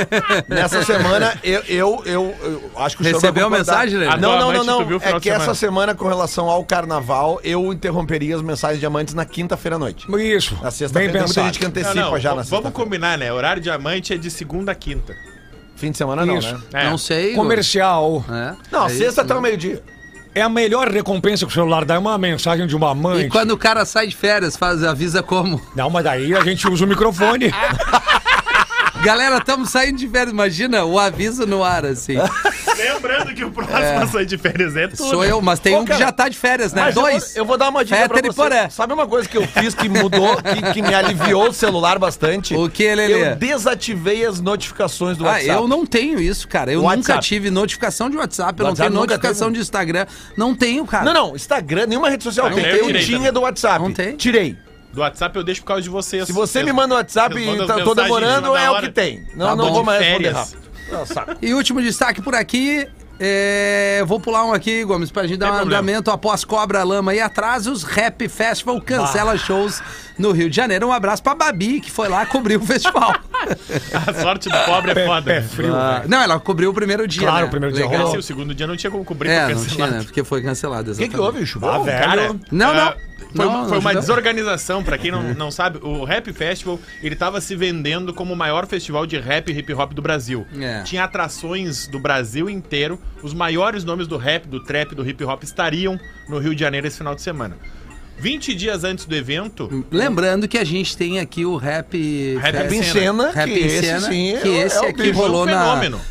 Speaker 4: nessa semana, eu, eu, eu, eu acho que o senhor vai
Speaker 3: Recebeu a
Speaker 4: concordar.
Speaker 3: mensagem, Lelê?
Speaker 4: Ah, Não, não,
Speaker 5: Tua
Speaker 4: não,
Speaker 5: amante,
Speaker 4: não.
Speaker 5: tu viu o
Speaker 4: É
Speaker 5: final
Speaker 4: que
Speaker 5: de semana.
Speaker 4: essa semana, com relação ao carnaval, eu interromperia as mensagens de amantes na quinta-feira à noite.
Speaker 6: Isso.
Speaker 4: Na sexta-feira
Speaker 6: Bem
Speaker 4: tem muita
Speaker 6: pensado.
Speaker 4: gente que antecipa
Speaker 5: Não, não,
Speaker 4: já na
Speaker 5: vamos
Speaker 4: sexta.
Speaker 5: combinar, né? Horário diamante é de segunda a quinta.
Speaker 4: Fim de semana não,
Speaker 6: Isso.
Speaker 4: né?
Speaker 5: É.
Speaker 3: Não sei.
Speaker 6: Comercial.
Speaker 3: Gomes. É,
Speaker 4: Não,
Speaker 3: é
Speaker 4: sexta
Speaker 3: isso,
Speaker 4: até
Speaker 3: né?
Speaker 4: o meio-dia.
Speaker 6: É a melhor recompensa que o celular dá, é uma mensagem de uma
Speaker 4: tá
Speaker 6: amante.
Speaker 3: E quando o cara sai de férias, faz, avisa como?
Speaker 6: Não, mas daí a gente usa o microfone.
Speaker 3: Ah, Galera, estamos saindo de férias. Imagina o aviso no ar, assim.
Speaker 5: Lembrando que o próximo a sair de férias é tudo.
Speaker 3: Sou eu, mas tem
Speaker 4: Ô,
Speaker 3: um que
Speaker 4: cara,
Speaker 3: já tá de férias, né?
Speaker 4: Mas eu
Speaker 3: Dois. É,
Speaker 4: vou- Eu vou, dar uma dica
Speaker 3: Féter e
Speaker 4: pra
Speaker 3: Poré.
Speaker 4: você. Sabe uma coisa que eu fiz que mudou, que, que me aliviou o celular bastante?
Speaker 3: O quê, Lelê?
Speaker 4: Eu desativei as notificações do
Speaker 3: Ah,
Speaker 4: WhatsApp.
Speaker 3: eu não tenho isso, cara. Eu
Speaker 4: WhatsApp.
Speaker 3: nunca tive notificação de WhatsApp, eu
Speaker 4: WhatsApp
Speaker 3: não tenho
Speaker 4: nunca
Speaker 3: notificação
Speaker 4: teve.
Speaker 3: de Instagram. Não tenho, cara.
Speaker 4: Não, não, Instagram, nenhuma rede social
Speaker 5: Não
Speaker 4: tem.
Speaker 5: tem, eu
Speaker 4: Eu
Speaker 5: tirei
Speaker 4: tinha
Speaker 5: também.
Speaker 4: do WhatsApp.
Speaker 3: Não tem.
Speaker 4: Tirei.
Speaker 5: Do WhatsApp eu deixo por causa de vocês.
Speaker 4: Se você
Speaker 5: Vocês-
Speaker 4: me manda um WhatsApp
Speaker 5: vocês
Speaker 4: e
Speaker 5: mandam
Speaker 4: tá, tô
Speaker 5: mensagem
Speaker 4: demorando,
Speaker 5: na
Speaker 4: é o
Speaker 5: hora.
Speaker 4: que tem. Não,
Speaker 5: Tá
Speaker 4: não
Speaker 5: bom.
Speaker 4: vou mais
Speaker 5: De
Speaker 4: responder
Speaker 5: férias.
Speaker 4: rápido. Ah, saco.
Speaker 3: E último destaque por aqui. é, vou pular um aqui, Gomes, pra gente dar
Speaker 5: Tem
Speaker 3: um
Speaker 5: problema.
Speaker 3: andamento após Cobra Lama e atrasos. Rap Festival cancela shows no Rio de Janeiro. Um abraço pra Babi, que foi lá cobrir o festival.
Speaker 5: A sorte do pobre é foda.
Speaker 6: Pé frio.
Speaker 3: Ah, não, ela cobriu o primeiro dia.
Speaker 6: Claro,
Speaker 3: né?
Speaker 6: o primeiro dia
Speaker 5: Cara,
Speaker 3: Legal.
Speaker 5: se o segundo dia não tinha como cobrir
Speaker 3: É, não
Speaker 5: pra
Speaker 3: tinha,
Speaker 5: cancelar.
Speaker 3: né? Porque foi cancelado.
Speaker 4: O que, que
Speaker 3: exatamente.
Speaker 4: houve? Choveu?
Speaker 6: Ah, velho.
Speaker 5: Cara,
Speaker 3: Não, não.
Speaker 5: ah, Foi,
Speaker 3: Não,
Speaker 5: foi
Speaker 3: não
Speaker 5: uma
Speaker 3: ajudou.
Speaker 5: desorganização, pra quem não, não sabe, o Rap Festival, ele tava se vendendo como o maior festival de rap e hip hop do Brasil.
Speaker 3: É.
Speaker 5: Tinha atrações do Brasil inteiro, os maiores nomes do rap, do trap, do hip hop estariam no Rio de Janeiro esse final de semana. 20 dias antes do evento,
Speaker 3: Lembrando que a gente tem aqui o Rap
Speaker 5: Rap
Speaker 3: Fest-
Speaker 4: Rap em
Speaker 5: em
Speaker 4: cena,
Speaker 3: Rap
Speaker 4: que
Speaker 3: em
Speaker 4: esse
Speaker 3: cena,
Speaker 4: sim é-
Speaker 3: que esse
Speaker 4: é o
Speaker 3: aqui
Speaker 4: bicho, é um
Speaker 3: rolou na,
Speaker 5: fenômeno.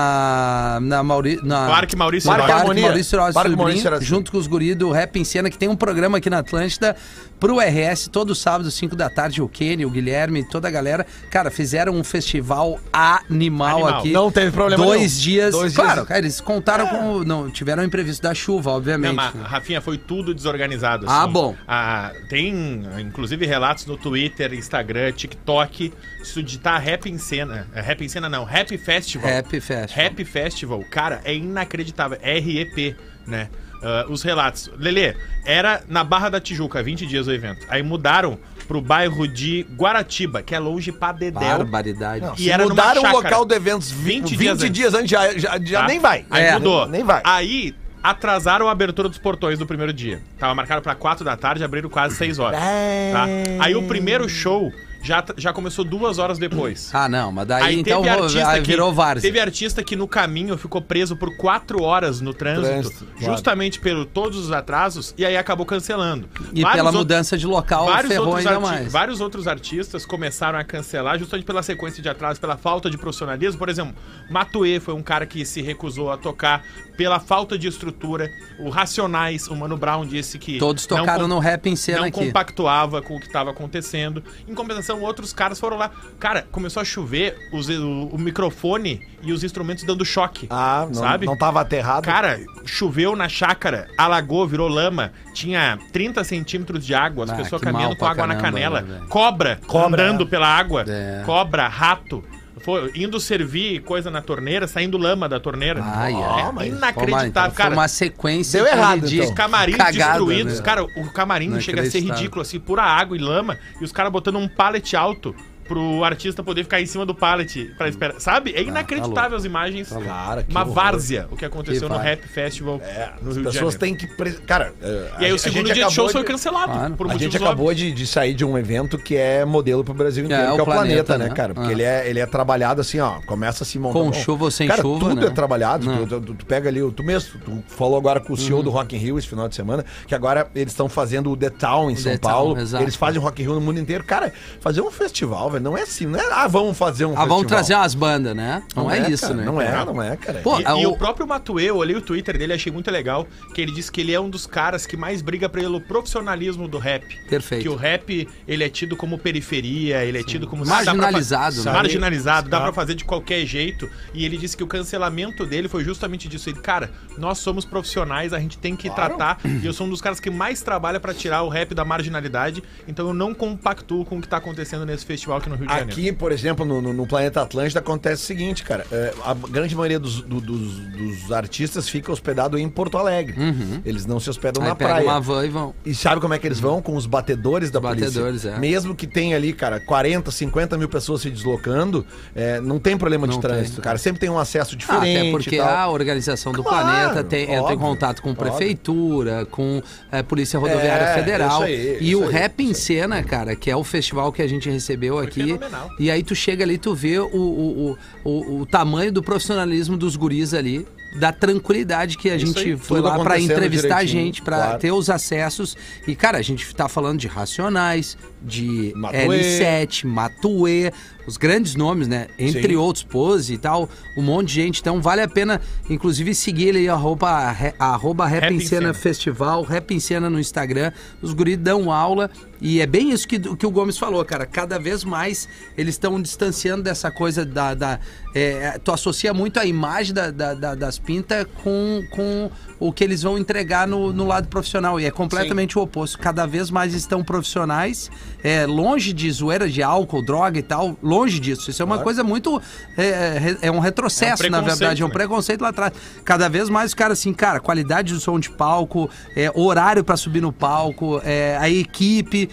Speaker 3: na na Mauri, na
Speaker 5: Parque Maurício
Speaker 3: Parque
Speaker 5: Herói.
Speaker 3: Maurício, Maurício Herói
Speaker 4: Parque
Speaker 3: Sobrinho,
Speaker 4: Maurício Herói.
Speaker 3: junto com os guris do Rap em Cena que tem um programa aqui na Atlântida pro RS todo sábado 5 da tarde o Kenny, o Guilherme, toda a galera, cara, fizeram um festival animal,
Speaker 5: Animal. É.
Speaker 3: aqui.
Speaker 4: Não teve problema
Speaker 3: Dois
Speaker 4: nenhum.
Speaker 3: dias.
Speaker 4: Dois
Speaker 3: claro,
Speaker 4: dias.
Speaker 3: cara, eles contaram com não tiveram o imprevisto da chuva,
Speaker 5: Não,
Speaker 3: obviamente.
Speaker 5: mas, Rafinha, foi tudo desorganizado.
Speaker 3: Ah, bom.
Speaker 5: Ah, tem, inclusive, relatos no Twitter, Instagram, TikTok. Se digitar Rap em Cena. eh, Rap em Cena não, Rap Festival.
Speaker 3: Rap Festival.
Speaker 5: Rap Festival, cara, é inacreditável. REP, né? Ah, os relatos. Lelê, era na Barra da Tijuca, 20 dias o evento. Aí mudaram pro bairro de Guaratiba, que é longe pra Dedéu.
Speaker 3: Barbaridade.
Speaker 5: E
Speaker 4: Se
Speaker 5: era numa
Speaker 4: mudaram o
Speaker 5: chácara.
Speaker 4: local do evento 20, 20
Speaker 5: 20 dias
Speaker 4: dias, antes, já, já, já
Speaker 5: tá?
Speaker 4: Então nem vai.
Speaker 5: Aí
Speaker 3: É.
Speaker 5: mudou. Ah,
Speaker 4: Nem vai.
Speaker 5: Aí atrasaram a abertura dos portões do primeiro dia. Tava marcado pra 4 da tarde, abriram quase 6 horas. tá? Aí o primeiro show já, t- já começou duas horas depois.
Speaker 3: Ah, não, mas daí então
Speaker 5: teve artista
Speaker 3: aí
Speaker 5: que-
Speaker 3: virou várzea.
Speaker 5: Teve artista que no caminho ficou preso por quatro horas no trânsito,
Speaker 7: Trânsito,
Speaker 5: justamente pelo todos os atrasos, e aí acabou cancelando.
Speaker 3: E
Speaker 5: Vários
Speaker 3: pela
Speaker 5: outros-
Speaker 3: mudança de local
Speaker 5: Vários
Speaker 3: ferrou
Speaker 5: outros,
Speaker 3: ainda
Speaker 5: arti-
Speaker 3: mais.
Speaker 5: vários outros artistas começaram a cancelar justamente pela sequência de atrasos, pela falta de profissionalismo. Por exemplo, Matuê foi um cara que se recusou a tocar pela falta de estrutura. O Racionais, o Mano Brown disse que.
Speaker 3: Todos
Speaker 5: não
Speaker 3: tocaram
Speaker 5: com-
Speaker 3: no rap em
Speaker 5: não
Speaker 3: cena aqui.
Speaker 5: compactuava com o que estava acontecendo. Em compensação, outros caras foram lá. Cara, começou a chover os- o, o microfone e os instrumentos dando choque.
Speaker 4: Ah, não,
Speaker 5: sabe?
Speaker 4: não tava aterrado.
Speaker 5: Cara, choveu na chácara, alagou, virou lama, tinha 30 centímetros de água, as
Speaker 3: Ah,
Speaker 5: pessoas
Speaker 3: que
Speaker 5: caminhando
Speaker 3: mal
Speaker 5: com
Speaker 3: pra
Speaker 5: água na
Speaker 3: caramba,
Speaker 5: canela,
Speaker 3: né, velho?
Speaker 5: cobra,
Speaker 6: Cobra,
Speaker 5: andando pela água,
Speaker 3: É.
Speaker 5: cobra, rato, foi indo servir coisa na torneira, saindo lama da torneira.
Speaker 3: Ai,
Speaker 5: é
Speaker 3: ai.
Speaker 5: inacreditável,
Speaker 3: então, foi
Speaker 5: cara.
Speaker 3: uma sequência
Speaker 4: Deu errado,
Speaker 3: de-
Speaker 4: então.
Speaker 5: Os camarins
Speaker 3: cagada,
Speaker 5: destruídos,
Speaker 3: né?
Speaker 5: cara, o camarim chega a ser
Speaker 3: Inacreditável.
Speaker 5: ridículo, assim, pura água e lama, e os caras botando um pallet alto pro artista poder ficar em cima do pallet para esperar. Sabe?
Speaker 4: Ah, tá
Speaker 5: É inacreditável as imagens.
Speaker 4: Cara, Tá que
Speaker 5: Uma
Speaker 4: horror.
Speaker 5: várzea, o que aconteceu
Speaker 3: Que
Speaker 5: no
Speaker 3: vai.
Speaker 5: Rap Festival
Speaker 4: É,
Speaker 5: no
Speaker 4: As
Speaker 5: Rio de
Speaker 4: pessoas
Speaker 5: Janeiro.
Speaker 4: têm que. pres- Cara, é,
Speaker 5: E aí
Speaker 4: a
Speaker 5: o
Speaker 4: gente
Speaker 5: segundo dia de
Speaker 4: acabou
Speaker 5: show foi cancelado.
Speaker 3: Claro.
Speaker 5: Por
Speaker 4: A gente
Speaker 5: motivos
Speaker 4: acabou de, de sair de um evento que é modelo pro Brasil inteiro, que é o planeta, né, cara? Porque
Speaker 3: Ah.
Speaker 4: ele, é, ele é trabalhado assim, ó, começa a se montar.
Speaker 3: Com
Speaker 4: Bom,
Speaker 3: chuva ou sem
Speaker 4: cara,
Speaker 3: chuva,
Speaker 4: tudo
Speaker 3: né?
Speaker 4: é trabalhado,
Speaker 3: Não. Uhum.
Speaker 4: tu, tu- tu pega ali, o- tu mesmo, tu falou agora com o CEO do Rock in Rio esse final de semana, que agora eles estão fazendo o The Town em São
Speaker 3: The Town,
Speaker 4: Paulo,
Speaker 3: exato.
Speaker 4: eles fazem Rock in Rio no mundo inteiro. Cara, fazer um festival, velho, não é assim, não é, ah, vamos fazer
Speaker 3: Ah,
Speaker 4: um festival.
Speaker 3: vamos trazer umas bandas, né? Não, é,
Speaker 4: cara,
Speaker 3: isso, né?
Speaker 4: Não é, não é, cara.
Speaker 3: Pô,
Speaker 5: E,
Speaker 3: é
Speaker 5: e
Speaker 3: o-
Speaker 5: o próprio Matuê, eu olhei o Twitter dele, achei muito legal, que ele disse que ele é um dos caras que mais briga pelo profissionalismo do rap.
Speaker 3: Perfeito.
Speaker 5: Que o rap, ele é tido como periferia, ele é tido como...
Speaker 3: Marginalizado,
Speaker 5: Dá
Speaker 3: né?
Speaker 5: pra fa- Marginalizado, dá pra fazer de qualquer jeito. E ele disse que o cancelamento dele foi justamente disso. Ele, cara, nós somos profissionais, a gente tem que tratar, e eu sou um dos caras que mais trabalha pra tirar o rap da marginalidade, então eu não compactuo com o que tá acontecendo nesse festival aqui no Rio de Janeiro.
Speaker 4: Aqui, por exemplo, no, no- no planeta Atlântida acontece o seguinte, cara. é, a grande maioria dos, do- dos- dos artistas fica hospedado em Porto Alegre. Eles não se hospedam
Speaker 3: Uhum. Aí
Speaker 4: na
Speaker 3: pega
Speaker 4: praia.
Speaker 3: uma van e vão.
Speaker 4: E sabe como é que eles vão? Com os batedores da
Speaker 3: Batedores,
Speaker 4: polícia.
Speaker 3: é.
Speaker 4: Mesmo que tenha ali, cara, 40, 50 mil pessoas se deslocando, é, não tem problema
Speaker 3: Não
Speaker 4: de
Speaker 3: tem.
Speaker 4: trânsito, cara. Sempre tem um acesso
Speaker 3: Ah,
Speaker 4: diferente.
Speaker 3: até
Speaker 4: e
Speaker 3: porque
Speaker 4: tal.
Speaker 3: a organização do
Speaker 4: Claro,
Speaker 3: planeta tem- entra em
Speaker 4: óbvio,
Speaker 3: contato com
Speaker 4: óbvio.
Speaker 3: prefeitura, com eh, Polícia Rodoviária
Speaker 4: É,
Speaker 3: Federal.
Speaker 4: isso aí,
Speaker 3: e
Speaker 4: isso
Speaker 3: o
Speaker 4: aí,
Speaker 3: Rap em Cena, cara, que é o festival que a gente recebeu aqui.
Speaker 5: fenomenal.
Speaker 3: E aí tu chega ali, tu vê o, o, o, o, o tamanho do profissionalismo dos guris ali, da tranquilidade que a gente
Speaker 4: aí,
Speaker 3: foi
Speaker 4: tudo
Speaker 3: lá pra
Speaker 4: acontecendo
Speaker 3: entrevistar a
Speaker 4: direitinho,
Speaker 3: gente, pra
Speaker 4: claro.
Speaker 3: ter os acessos. E, cara, a gente tá falando de Racionais, de
Speaker 4: Matuê.
Speaker 3: L7, Matuê, os grandes nomes, né? Entre
Speaker 4: Sim.
Speaker 3: outros, Pose e tal, um monte de gente. Então vale a pena, inclusive, seguir ele aí, arroba, re- arroba Rap
Speaker 5: Rap
Speaker 3: em
Speaker 5: em
Speaker 3: Cena
Speaker 5: Cena.
Speaker 3: Festival, Rap em Cena no Instagram. Os guris dão aula e é bem isso que, que o Gomes falou, cara. Cada vez mais eles estão distanciando dessa coisa da... da- é, tu associa muito a imagem da- da- da- das pintas com, com o que eles vão entregar no, no lado profissional. E é completamente o oposto. Cada vez mais estão profissionais, é, longe de zoeira de álcool, droga e tal, longe disso. Isso é uma coisa muito... é, re- é um retrocesso, na
Speaker 5: preconceito,
Speaker 3: verdade. É um
Speaker 5: né?
Speaker 3: pre preconceito lá atrás. Cada vez mais, cara, assim, cara, qualidade do som de palco, é, horário pra subir no palco, é, a equipe.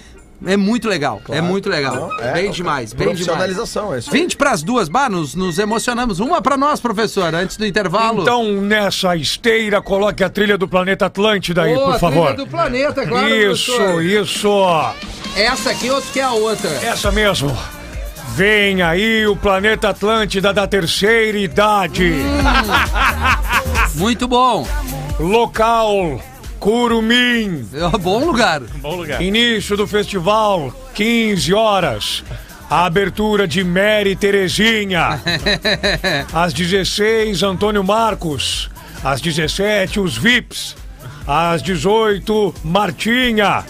Speaker 3: É muito legal, é muito legal.
Speaker 4: Não, é,
Speaker 3: bem
Speaker 4: cara,
Speaker 3: demais, bem demais.
Speaker 4: Profissionalização, é isso. aí.
Speaker 3: 20 pras duas, bah, nos, nos emocionamos. Uma pra nós, professor, antes do intervalo.
Speaker 6: Então, nessa esteira, coloque a trilha do planeta Atlântida aí,
Speaker 3: Ô, a
Speaker 6: por favor.
Speaker 3: trilha do planeta, claro,
Speaker 6: Isso,
Speaker 3: professor.
Speaker 6: isso.
Speaker 3: Essa aqui ou tu quer a outra?
Speaker 6: Essa mesmo. Vem aí o planeta Atlântida da terceira idade.
Speaker 3: Muito bom.
Speaker 6: Local Curumim.
Speaker 3: É um bom lugar.
Speaker 5: Bom lugar.
Speaker 6: Início do festival, 15 horas. A abertura de Mary Terezinha. Às 16, Antônio Marcos. Às 17, os VIPs. Às 18, Martinha.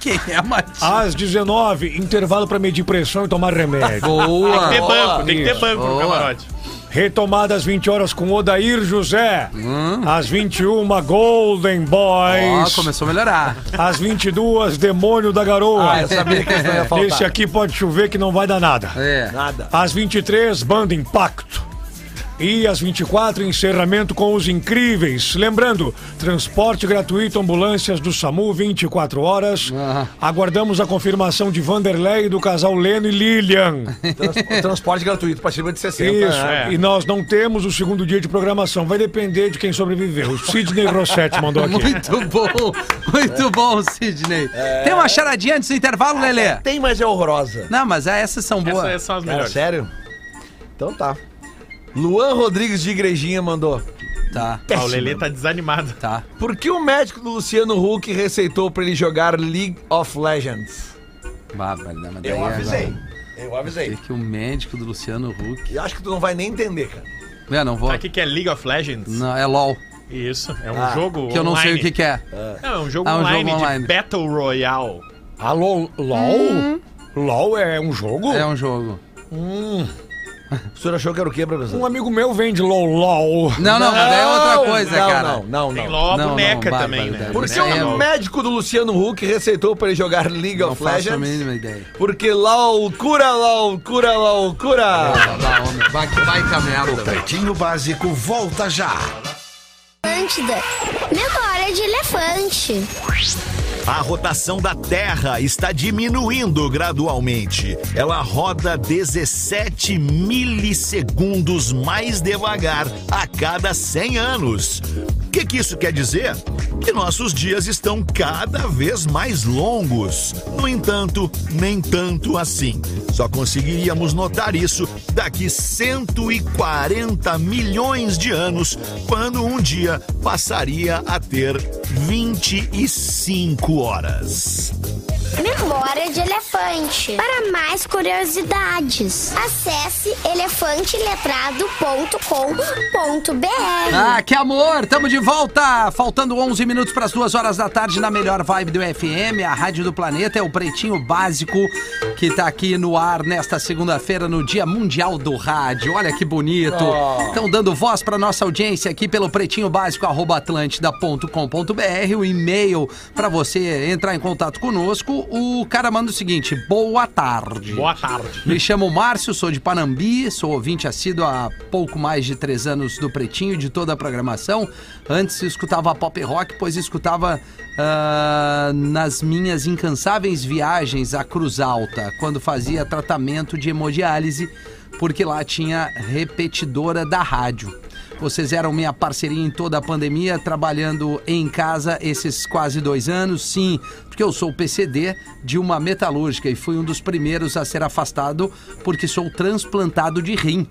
Speaker 3: Quem é a Matilde?
Speaker 6: Às 19, intervalo para medir pressão e tomar remédio.
Speaker 3: Boa.
Speaker 6: é
Speaker 5: Tem banco, tem que ter
Speaker 6: Isso.
Speaker 5: banco no
Speaker 3: Boa.
Speaker 5: camarote.
Speaker 6: Retomada às 20 horas com Odair José.
Speaker 4: Hum.
Speaker 6: Às 21, Golden
Speaker 3: Ó,
Speaker 6: Boys.
Speaker 3: começou a melhorar.
Speaker 6: Às 22, Demônio da Garoa.
Speaker 4: Ah, Eu sabia que isso não ia faltar. É.
Speaker 6: É. Esse aqui pode chover que não vai dar nada.
Speaker 3: É.
Speaker 4: Nada.
Speaker 6: Às 23, Banda Impacto. E às 24, encerramento com os incríveis. Lembrando, transporte gratuito, ambulâncias do SAMU, 24 horas. Aguardamos a confirmação de Vanderlei e do casal Leno e Lilian.
Speaker 4: Trans- transporte gratuito pra cima de 60.
Speaker 6: Isso.
Speaker 5: é.
Speaker 6: E nós não temos o segundo dia de programação. Vai depender de quem sobreviver. O Sidney Rossetti mandou aqui.
Speaker 3: Muito bom, muito bom, Sidney. Tem uma charadinha antes do intervalo, Lelê?
Speaker 4: Tem, mas é horrorosa.
Speaker 3: Não, mas essas são
Speaker 6: é
Speaker 3: boas.
Speaker 5: Essas são as
Speaker 4: Cara,
Speaker 5: melhores.
Speaker 4: sério? Então tá. Luan Rodrigues de Igrejinha mandou.
Speaker 3: Tá,
Speaker 5: Ah, o Lelê tá desanimado.
Speaker 3: tá.
Speaker 4: Por que o médico do Luciano Huck receitou pra ele jogar League of Legends?
Speaker 3: Bárbaro, né? Mas daí
Speaker 4: Eu
Speaker 3: agora-
Speaker 4: avisei. Eu avisei.
Speaker 3: É que o médico do Luciano Huck.
Speaker 4: E acho que tu não vai nem entender, cara.
Speaker 3: Não, não vou.
Speaker 5: Sabe o que que é League of Legends?
Speaker 3: Não, é LOL.
Speaker 5: Isso, é um
Speaker 4: Ah,
Speaker 5: jogo
Speaker 3: Que eu não sei o que, que é.
Speaker 5: é. Não, é um jogo
Speaker 3: Ah, um jogo
Speaker 5: online
Speaker 3: online.
Speaker 5: de Battle Royale.
Speaker 6: Alô, LOL?
Speaker 3: Hum.
Speaker 6: LOL é um jogo?
Speaker 3: É um jogo.
Speaker 4: O senhor achou que era o quê, professor?
Speaker 6: Um amigo meu vende LOL. LOL.
Speaker 3: Não, não, mas daí é outra coisa,
Speaker 4: não,
Speaker 3: cara.
Speaker 4: Não, não,
Speaker 5: Tem
Speaker 4: não.
Speaker 5: LOL a
Speaker 3: Não, não,
Speaker 5: boneca
Speaker 3: bárbaro,
Speaker 5: também, né?
Speaker 3: Dani.
Speaker 4: Por
Speaker 3: Isso
Speaker 4: que
Speaker 5: Boneca
Speaker 3: aí é
Speaker 4: o
Speaker 5: LOL.
Speaker 4: médico do Luciano Huck receitou pra ele jogar League
Speaker 3: Não
Speaker 4: of
Speaker 3: faço a
Speaker 4: Legends?
Speaker 3: mínima ideia.
Speaker 4: Porque loucura, loucura, loucura!
Speaker 3: Tá, homem. Vai, que- vai que a merda, velho.
Speaker 1: Pretinho Básico volta já.
Speaker 8: Atlântida. Memória de elefante.
Speaker 1: A rotação da Terra está diminuindo gradualmente. Ela roda 17 milissegundos mais devagar a cada 100 anos. O que, que isso quer dizer? Que nossos dias estão cada vez mais longos. No entanto, nem tanto assim. Só conseguiríamos notar isso daqui 140 milhões de anos, quando um dia passaria a ter 25 horas.
Speaker 8: Memória de elefante. Para mais curiosidades, acesse elefanteletrado.com.br.
Speaker 3: Ah, que amor! Tamo de volta! Faltando 11 minutos para as 2 horas da tarde na melhor vibe do FM, a Rádio do Planeta é o Pretinho Básico que tá aqui no ar nesta segunda-feira no Dia Mundial do Rádio. Olha que bonito! Estão dando voz para nossa audiência aqui pelo pretinho básico o e-mail para você entrar em contato conosco. O cara manda o seguinte: boa tarde.
Speaker 5: Boa tarde.
Speaker 3: Me chamo Márcio, sou de Panambi, sou ouvinte assíduo há pouco mais de três anos do Pretinho, e de toda a programação. Antes escutava pop rock, pois escutava ah, nas minhas incansáveis viagens à Cruz Alta, quando fazia tratamento de hemodiálise, porque lá tinha repetidora da rádio. Vocês eram minha parceria em toda a pandemia, trabalhando em casa esses quase dois anos, sim, porque eu sou PCD de uma metalúrgica e fui um dos primeiros a ser afastado porque sou transplantado de rim.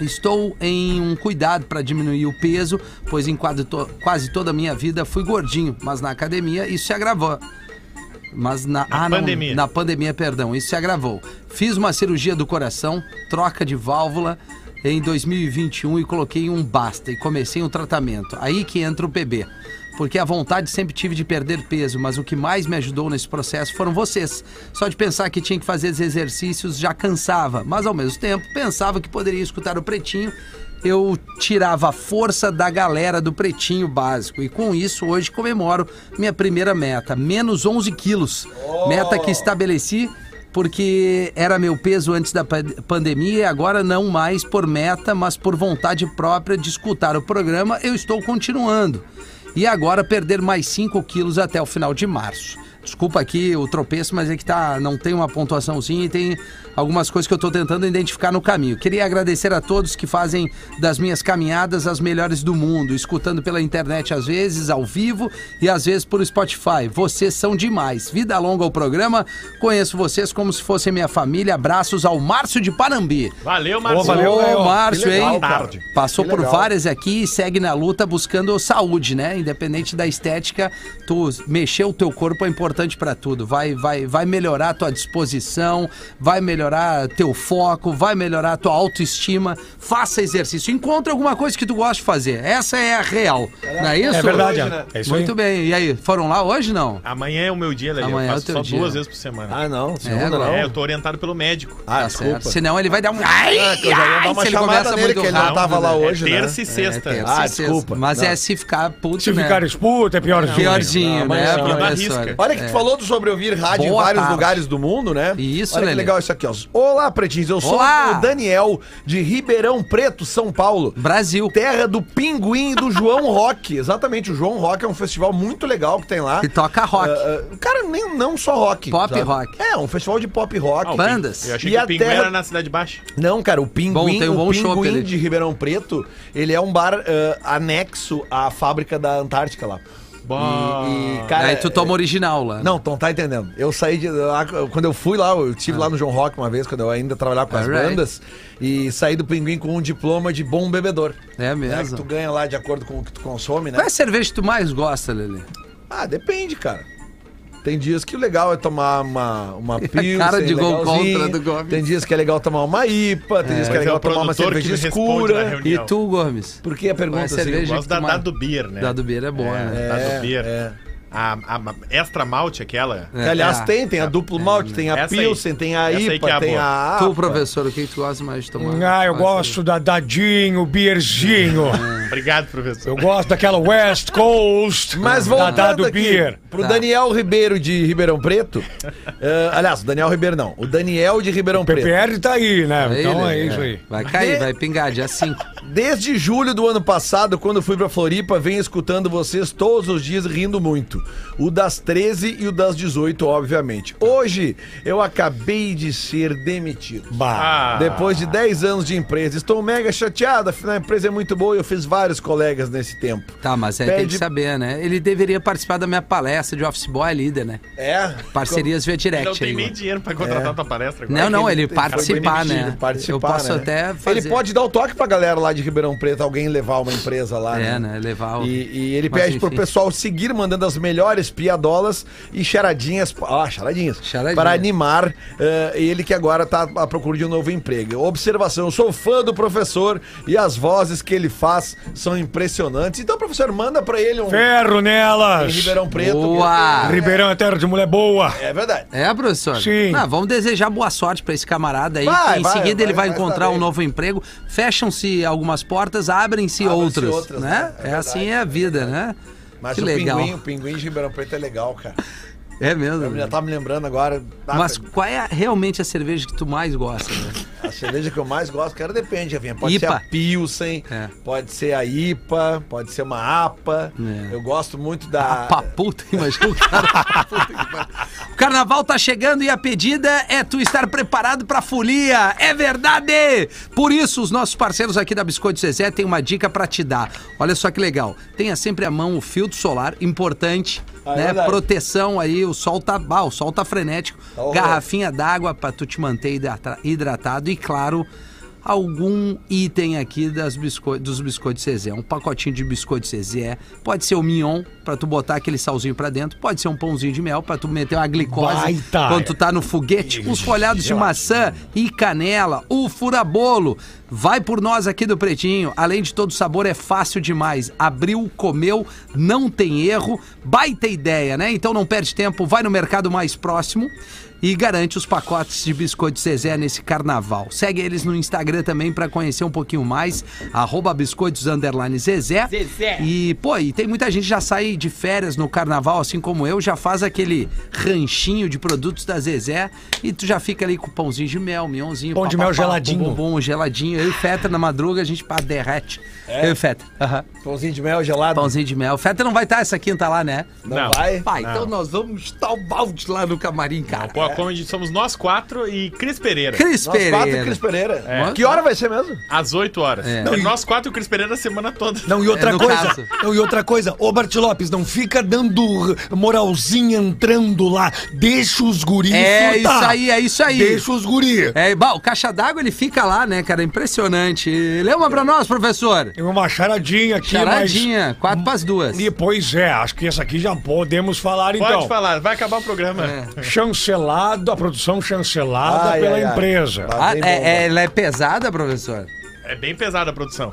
Speaker 3: Estou em um cuidado para diminuir o peso, pois em quase, to- quase toda a minha vida fui gordinho, mas na academia isso se agravou. Mas na, ah, não,
Speaker 5: pandemia.
Speaker 3: na pandemia, perdão, isso se agravou. Fiz uma cirurgia do coração, troca de válvula em 2021 e coloquei um basta e comecei um tratamento. Aí que entra o PB. Porque a vontade sempre tive de perder peso, mas o que mais me ajudou nesse processo foram vocês. Só de pensar que tinha que fazer esses exercícios já cansava, mas ao mesmo tempo pensava que poderia escutar o pretinho. Eu tirava a força da galera do pretinho básico e com isso hoje comemoro minha primeira meta, menos 11 quilos. Meta que estabeleci porque era meu peso antes da pan- pandemia e agora não mais por meta, mas por vontade própria de escutar o programa, eu estou continuando. E agora perder mais 5 quilos até o final de março. Desculpa aqui o tropeço, mas é que tá, não tem uma pontuaçãozinha e tem algumas coisas que eu estou tentando identificar no caminho. Queria agradecer a todos que fazem das minhas caminhadas as melhores do mundo, escutando pela internet às vezes, ao vivo e às vezes por Spotify. Vocês são demais. Vida longa ao programa. Conheço vocês como se fossem minha família. Abraços ao Márcio de Panambi.
Speaker 5: Valeu, Márcio.
Speaker 6: valeu. Léo.
Speaker 3: Ô, Márcio,
Speaker 4: Que legal,
Speaker 3: hein?
Speaker 4: cara.
Speaker 3: Passou
Speaker 4: Que
Speaker 3: por
Speaker 4: legal.
Speaker 3: várias aqui e segue na luta buscando saúde, né? Independente da estética, tu mexer o teu corpo é importante pra tudo. Vai, vai, vai melhorar tua disposição, vai melhorar teu foco, vai melhorar tua autoestima. Faça exercício, encontra alguma coisa que tu gosta de fazer. Essa é a real, não é isso?
Speaker 6: É verdade,
Speaker 4: hoje, né?
Speaker 6: é isso
Speaker 3: Muito
Speaker 6: aí.
Speaker 3: bem. E aí, foram lá hoje não?
Speaker 5: Amanhã é o meu dia, Lelê.
Speaker 3: Amanhã
Speaker 5: eu
Speaker 3: é
Speaker 5: faço
Speaker 3: o teu
Speaker 5: só
Speaker 3: dia.
Speaker 5: duas vezes por semana.
Speaker 4: Ah, não,
Speaker 3: É,
Speaker 4: segunda
Speaker 3: agora-
Speaker 5: é,
Speaker 4: não.
Speaker 5: eu tô orientado pelo médico.
Speaker 4: Ah,
Speaker 3: Tá
Speaker 4: desculpa.
Speaker 3: certo. Senão ele vai dar um. Ai,
Speaker 4: Ah, que eu já ia dar
Speaker 3: ai,
Speaker 4: uma
Speaker 3: se ele
Speaker 4: chamada
Speaker 3: conversa
Speaker 4: nele,
Speaker 3: muito
Speaker 4: que ele não
Speaker 3: rápido,
Speaker 4: tava lá
Speaker 3: né?
Speaker 4: hoje,
Speaker 5: é
Speaker 4: né?
Speaker 5: terça e sexta.
Speaker 3: É, terça
Speaker 4: Ah,
Speaker 3: e sexta.
Speaker 4: desculpa.
Speaker 3: Mas
Speaker 4: Não.
Speaker 3: é se ficar puto,
Speaker 6: Se
Speaker 3: né?
Speaker 6: ficar expulso, é piorzinho.
Speaker 3: Piorzinho,
Speaker 5: Amanhã
Speaker 3: né,
Speaker 5: é pior.
Speaker 3: professor?
Speaker 5: Arrisca.
Speaker 4: Olha que tu falou do sobre ouvir rádio
Speaker 3: É. Boa
Speaker 4: em vários
Speaker 3: tarde.
Speaker 4: lugares do mundo, né?
Speaker 3: Isso,
Speaker 4: Olha que
Speaker 3: Lelê.
Speaker 4: legal isso aqui, ó. Olá, pretinhos. Eu sou
Speaker 3: Olá.
Speaker 4: o Daniel, de Ribeirão Preto, São Paulo.
Speaker 3: Brasil.
Speaker 4: Terra do Pinguim e do João Rock. Exatamente, o João Rock é um festival muito legal que tem lá.
Speaker 3: E toca rock.
Speaker 4: Ah, ah, cara, nem, não só rock.
Speaker 3: Pop rock.
Speaker 4: É, um festival de pop rock.
Speaker 5: Ah, o
Speaker 3: Bandas.
Speaker 5: Pingu- Eu achei
Speaker 4: E
Speaker 5: que
Speaker 4: a
Speaker 5: o Pinguim
Speaker 4: terra-
Speaker 5: era na Cidade Baixa.
Speaker 4: Não, cara, o Pinguim,
Speaker 3: Bom, tem um
Speaker 4: o
Speaker 3: bom
Speaker 4: Pinguim
Speaker 3: chopp ali.
Speaker 4: de Ribeirão Preto, ele é um bar ah, anexo à fábrica da Antártica lá.
Speaker 5: Bah.
Speaker 4: E, e, cara, é-
Speaker 3: Aí tu toma original lá.
Speaker 4: Não, então tá entendendo. Eu saí de lá, quando eu fui lá, eu
Speaker 3: Ah.
Speaker 4: estive lá no João Rock uma vez, quando eu ainda trabalhava com as
Speaker 3: Alright.
Speaker 4: bandas, e saí do Pinguim com um diploma de bom bebedor.
Speaker 3: É mesmo.
Speaker 4: Né, que tu ganha lá de acordo com o que tu consome, né?
Speaker 3: Qual é a cerveja que tu mais gosta, Lelê?
Speaker 4: Ah, depende, cara. Tem dias que o legal é tomar uma, uma pilsen,
Speaker 3: cara de gol
Speaker 4: legalzinha.
Speaker 3: contra do Gomes.
Speaker 4: Tem dias que é legal tomar uma IPA, tem dias que é
Speaker 5: Mas é
Speaker 4: legal
Speaker 5: o
Speaker 4: tomar uma
Speaker 5: produtor que
Speaker 4: cerveja
Speaker 5: me responde na
Speaker 4: escura.
Speaker 5: reunião.
Speaker 3: E
Speaker 5: Não.
Speaker 3: tu, Gomes?
Speaker 4: Por que a
Speaker 3: Qual é
Speaker 4: pergunta
Speaker 3: a
Speaker 5: Eu
Speaker 3: cerveja
Speaker 5: gosto
Speaker 3: que
Speaker 5: da
Speaker 3: tu mais...
Speaker 5: Dado Beer, né?
Speaker 3: Dado Beer é boa, né?
Speaker 5: É, Dado Beer.
Speaker 4: é.
Speaker 5: A, a, a extra malte, aquela.
Speaker 4: Que, aliás,
Speaker 3: É.
Speaker 4: tem, tem a duplo malte, tem a
Speaker 5: Essa aí.
Speaker 4: Pilsen, tem a
Speaker 5: Essa aí que é
Speaker 4: IPA,
Speaker 5: a
Speaker 4: tem
Speaker 5: boa.
Speaker 4: a
Speaker 3: Tu,
Speaker 4: APA.
Speaker 3: professor, o que que tu gosta mais de tomar?
Speaker 6: Ah, eu
Speaker 3: Qual a
Speaker 6: gosto da Dadinho, Bierzinho.
Speaker 5: Obrigado, professor.
Speaker 6: Eu gosto daquela West Coast.
Speaker 4: Mas
Speaker 6: da
Speaker 4: voltando
Speaker 6: Dado
Speaker 4: aqui
Speaker 6: Uhum. Beer.
Speaker 4: pro
Speaker 3: Tá.
Speaker 4: Daniel Ribeiro de Ribeirão Preto. eh, aliás, o Daniel Ribeiro não. O Daniel de Ribeirão Preto.
Speaker 6: PPR tá aí, né?
Speaker 3: Aí,
Speaker 6: então
Speaker 3: Lelê,
Speaker 6: é isso aí.
Speaker 3: Vai cair, vai pingar, dia 5.
Speaker 4: Desde julho do ano passado, quando fui pra Floripa, venho escutando vocês todos os dias rindo muito. O das 13 e o das 18, obviamente. Hoje, eu acabei de ser demitido.
Speaker 6: Bah.
Speaker 5: Ah.
Speaker 4: Depois de 10 anos de empresa, estou mega chateado, afinal a empresa é muito boa e eu fiz vários colegas nesse tempo.
Speaker 3: Tá, mas aí tem
Speaker 4: Pede-
Speaker 3: que saber, né? Ele deveria participar da minha palestra de Office Boy Líder, né?
Speaker 4: É?
Speaker 3: Parcerias via direct
Speaker 5: Não tem
Speaker 3: aí,
Speaker 5: nem
Speaker 3: Gomes.
Speaker 5: dinheiro pra contratar tua palestra agora.
Speaker 3: Não, não, ele
Speaker 4: tem-
Speaker 3: participar,
Speaker 5: foi demitido,
Speaker 3: né?
Speaker 4: Participar,
Speaker 3: eu posso
Speaker 4: né?
Speaker 3: até fazer.
Speaker 4: Ele pode dar o toque pra galera lá de Ribeirão Preto, alguém levar uma empresa lá.
Speaker 3: É, né? Levar o-
Speaker 4: E, e ele
Speaker 3: Mas,
Speaker 4: pede pro
Speaker 3: enfim.
Speaker 4: pessoal seguir mandando as melhores piadolas e charadinhas. Ah, charadinhas.
Speaker 3: Charadinha.
Speaker 4: Para animar eh, ele que agora tá à procura de um novo emprego. Observação: eu sou fã do professor e as vozes que ele faz são impressionantes. Então, professor, manda pra ele um
Speaker 6: Ferro
Speaker 4: em
Speaker 6: nelas.
Speaker 4: Ribeirão Preto.
Speaker 3: Boa!
Speaker 6: Ribeirão é terra de mulher boa.
Speaker 4: É verdade.
Speaker 3: É, professor?
Speaker 6: Sim.
Speaker 3: Ah, vamos desejar boa sorte pra esse camarada aí.
Speaker 4: Vai,
Speaker 3: que em seguida
Speaker 4: vai, vai,
Speaker 3: ele vai,
Speaker 4: vai
Speaker 3: encontrar
Speaker 4: saber.
Speaker 3: um novo emprego. Fecham-se algumas portas, abrem-se
Speaker 4: Abrem-se
Speaker 3: outras,
Speaker 4: outras,
Speaker 3: né? É,
Speaker 4: né? É
Speaker 3: assim
Speaker 4: verdade,
Speaker 3: é a
Speaker 4: é
Speaker 3: vida, né?
Speaker 4: Mas
Speaker 3: que
Speaker 4: o
Speaker 3: legal.
Speaker 4: pinguim, o pinguim de Ribeirão Preto é legal, cara.
Speaker 3: É mesmo.
Speaker 4: Eu
Speaker 3: né?
Speaker 4: já tava Tá me lembrando agora. Ah,
Speaker 3: Mas qual é a- realmente a cerveja que tu mais gosta, né?
Speaker 4: A cerveja que eu mais gosto, cara, depende, Rafinha. Pode
Speaker 3: Ipa.
Speaker 4: ser a Pilsen,
Speaker 3: É.
Speaker 4: pode ser a IPA, pode ser uma APA.
Speaker 3: É.
Speaker 4: Eu gosto muito da.
Speaker 3: Pra puta, imagina o cara. Puta que pariu. o carnaval tá chegando e a pedida é tu estar preparado pra folia. É verdade! Por isso, os nossos parceiros aqui da Biscoito Zezé têm uma dica pra te dar. Olha só que legal. Tenha sempre à mão o filtro solar, importante,
Speaker 4: Ah, é
Speaker 3: né?
Speaker 4: verdade.
Speaker 3: Proteção aí, o sol tá, bah, o sol tá frenético.
Speaker 4: Tá horror.
Speaker 3: Garrafinha d'água pra tu te manter hidrata- hidratado e claro, algum item aqui das bisco... dos biscoitos Cezé. Um pacotinho de biscoito Cezé. Pode ser o mignon, pra tu botar aquele salzinho pra dentro. Pode ser um pãozinho de mel, pra tu meter uma glicose
Speaker 6: Baita.
Speaker 3: quando tu tá no foguete. Uns folhados de maçã e canela. O furabolo. Vai por nós aqui do Pretinho. Além de todo o sabor, é fácil demais. Abriu, comeu, não tem erro. Baita ideia, né? Então não perde tempo. Vai no mercado mais próximo e garante os pacotes de biscoito Zezé nesse carnaval. Segue eles no Instagram também para conhecer um pouquinho mais, arroba biscoitos underline Zezé. E, pô, e tem muita gente que já sai de férias no carnaval, assim como eu, já faz aquele ranchinho de produtos da Zezé e tu já fica ali com pãozinho de mel, mionzinho.
Speaker 6: Pão de mel geladinho.
Speaker 3: Bom, geladinho. Eu e o Feta na madruga, a gente pá, derrete.
Speaker 4: É?
Speaker 3: Eu e o Feta. Aham.
Speaker 4: Pãozinho de mel gelado.
Speaker 3: Pãozinho de mel. O Feta não vai estar essa quinta lá, né?
Speaker 4: Não,
Speaker 5: Não.
Speaker 4: vai?
Speaker 3: Pai, então nós vamos estar o balde lá no camarim, cara.
Speaker 5: Pô, a comedy somos nós quatro e Cris Pereira.
Speaker 3: Cris
Speaker 4: Nós quatro e
Speaker 3: Pereira.
Speaker 4: Cris Pereira.
Speaker 3: É.
Speaker 4: Que hora vai ser mesmo?
Speaker 5: Às 8 horas.
Speaker 3: É.
Speaker 5: É. Nós quatro e o Cris Pereira a semana toda.
Speaker 7: Não, e
Speaker 3: É,
Speaker 7: outra
Speaker 3: no
Speaker 7: coisa.
Speaker 3: caso.
Speaker 7: Não, e outra coisa. Ô, Bart Lopes, não fica dando moralzinha entrando lá. Deixa os guris
Speaker 3: É
Speaker 7: surtar.
Speaker 3: isso aí, é isso aí.
Speaker 7: Deixa os guris.
Speaker 3: É, bah, o caixa d'água ele fica lá, né, cara? Impressionante. Lê uma pra nós, professor.
Speaker 6: Tem uma charadinha aqui,
Speaker 3: Charadinha, quatro pras duas.
Speaker 6: mas... E, pois é, acho que essa aqui já podemos falar
Speaker 5: Pode
Speaker 6: então.
Speaker 5: falar, vai acabar o programa.
Speaker 3: É.
Speaker 6: Chancelado, a produção chancelada
Speaker 4: Ai,
Speaker 6: pela
Speaker 4: ai, ai.
Speaker 6: empresa.
Speaker 4: Tá.
Speaker 3: Ah,
Speaker 4: bem
Speaker 3: é-
Speaker 4: bomba.
Speaker 3: é- ela é pesada, professor?
Speaker 5: É bem pesada a produção.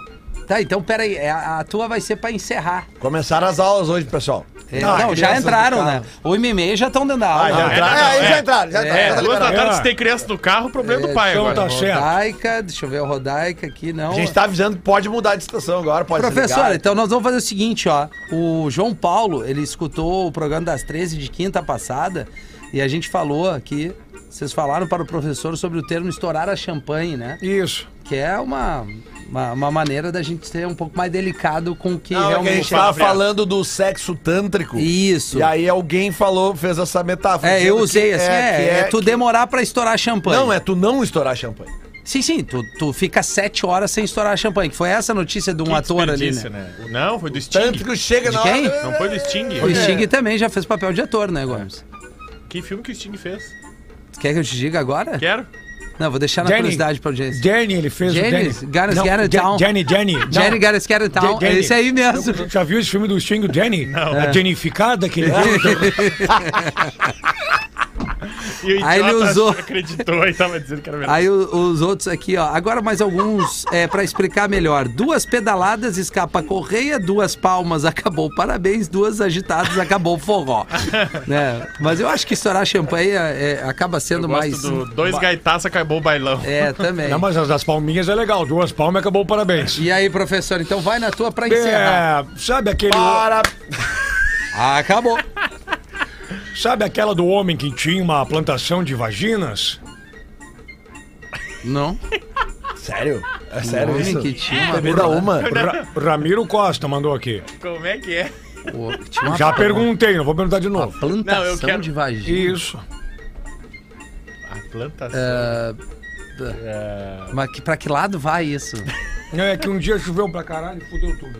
Speaker 3: Tá, então peraí, é, a, a tua vai ser pra encerrar.
Speaker 4: Começaram as aulas hoje, pessoal.
Speaker 3: É,
Speaker 4: Ah,
Speaker 3: não, já
Speaker 4: crianças
Speaker 3: entraram,
Speaker 4: do
Speaker 3: né? O e meia já estão dentro da aula.
Speaker 4: Ah, já
Speaker 5: é,
Speaker 4: entraram.
Speaker 5: não,
Speaker 4: É, aí
Speaker 5: é.
Speaker 4: já entraram, já entraram.
Speaker 5: É,
Speaker 4: já
Speaker 5: duas da
Speaker 4: liberaram.
Speaker 5: tarde, se tem criança no carro,
Speaker 3: É,
Speaker 5: problema do pai
Speaker 6: então
Speaker 5: agora.
Speaker 6: tá certo.
Speaker 3: Rodaica, deixa eu ver o Rodaica aqui, não.
Speaker 4: A gente tá avisando que pode mudar de estação agora, pode se
Speaker 3: Professora,
Speaker 4: ligar.
Speaker 3: então nós vamos fazer o seguinte, ó. O João Paulo, ele escutou o programa das 13 de quinta passada e a gente falou aqui, vocês falaram para o professor sobre o termo estourar a champanhe, né?
Speaker 6: Isso.
Speaker 3: Que é uma, uma, uma maneira da gente ser um pouco mais delicado com o que
Speaker 4: Não, é que a
Speaker 3: realmente...
Speaker 4: gente tava
Speaker 5: Gabriel.
Speaker 4: falando do sexo tântrico.
Speaker 3: Isso.
Speaker 4: E aí alguém falou, fez essa metáfora.
Speaker 3: É, eu
Speaker 4: dizendo que
Speaker 3: usei assim, é,
Speaker 4: que
Speaker 3: é tu
Speaker 4: que-
Speaker 3: demorar pra estourar champanhe.
Speaker 4: Não, é tu não estourar champanhe.
Speaker 3: Sim, sim, tu, tu fica sete horas sem estourar champanhe, que foi essa a notícia de um
Speaker 5: Que
Speaker 3: ator ali,
Speaker 5: desperdício,
Speaker 3: né?
Speaker 5: né? Não, foi do Sting.
Speaker 4: Tântrico chega
Speaker 3: De
Speaker 4: na
Speaker 3: quem?
Speaker 4: hora...
Speaker 5: Não foi do Sting.
Speaker 4: É.
Speaker 3: O Sting também já fez papel de ator, né, Gomes?
Speaker 5: Que filme que o Sting fez?
Speaker 3: Tu Quer que eu te diga agora?
Speaker 5: Quero.
Speaker 3: Não, vou deixar na
Speaker 6: Jenny.
Speaker 3: curiosidade pra audiência.
Speaker 6: Jenny, ele fez
Speaker 3: Jenny,
Speaker 6: o Jenny.
Speaker 3: Gotta
Speaker 6: Não,
Speaker 3: Get It
Speaker 6: Je-
Speaker 3: Down.
Speaker 6: Jenny, Jenny. não.
Speaker 3: Jenny Gareth Carrington,
Speaker 6: Je-
Speaker 3: é
Speaker 6: Jenny.
Speaker 3: esse aí mesmo.
Speaker 6: Já viu esse filme do Sting, o Jenny? Não. A Jennificada que
Speaker 3: É.
Speaker 6: ele viu?
Speaker 5: E o
Speaker 3: Aí ele
Speaker 5: idiota
Speaker 3: usou.
Speaker 5: Acreditou e tava dizendo que era verdade.
Speaker 3: Aí o- os outros aqui, ó. Agora mais alguns é, para explicar melhor. Duas pedaladas, escapa a correia. Duas palmas, acabou o parabéns. Duas agitadas, acabou o forró. né? Mas eu acho que estourar champanhe é, acaba sendo
Speaker 5: Eu
Speaker 3: mais. um.
Speaker 5: gosto do dois gaitaços, acabou o bailão.
Speaker 3: É, também.
Speaker 6: Não, mas as das palminhas é legal. Duas palmas, acabou o parabéns.
Speaker 3: E aí, professor, então vai na tua pra encerrar.
Speaker 6: É, sabe aquele...
Speaker 4: Para...
Speaker 6: É.
Speaker 3: Acabou.
Speaker 6: Sabe aquela do homem que tinha uma plantação de vaginas?
Speaker 3: Não.
Speaker 4: Sério? É
Speaker 3: O
Speaker 4: sério
Speaker 3: homem
Speaker 4: isso?
Speaker 3: que tinha Tá, uma.
Speaker 4: Me dá uma.
Speaker 6: Ra- Ramiro Costa mandou aqui.
Speaker 5: Como é que é?
Speaker 3: o- que tinha uma
Speaker 6: um. Já
Speaker 3: planta-
Speaker 6: perguntei, não vou perguntar de novo.
Speaker 3: Plantação
Speaker 5: Não, eu quero-
Speaker 3: de vagina.
Speaker 6: Isso.
Speaker 5: A plantação.
Speaker 3: Ah, mas que, pra que lado vai isso?
Speaker 6: É que um dia choveu pra caralho e fudeu tudo.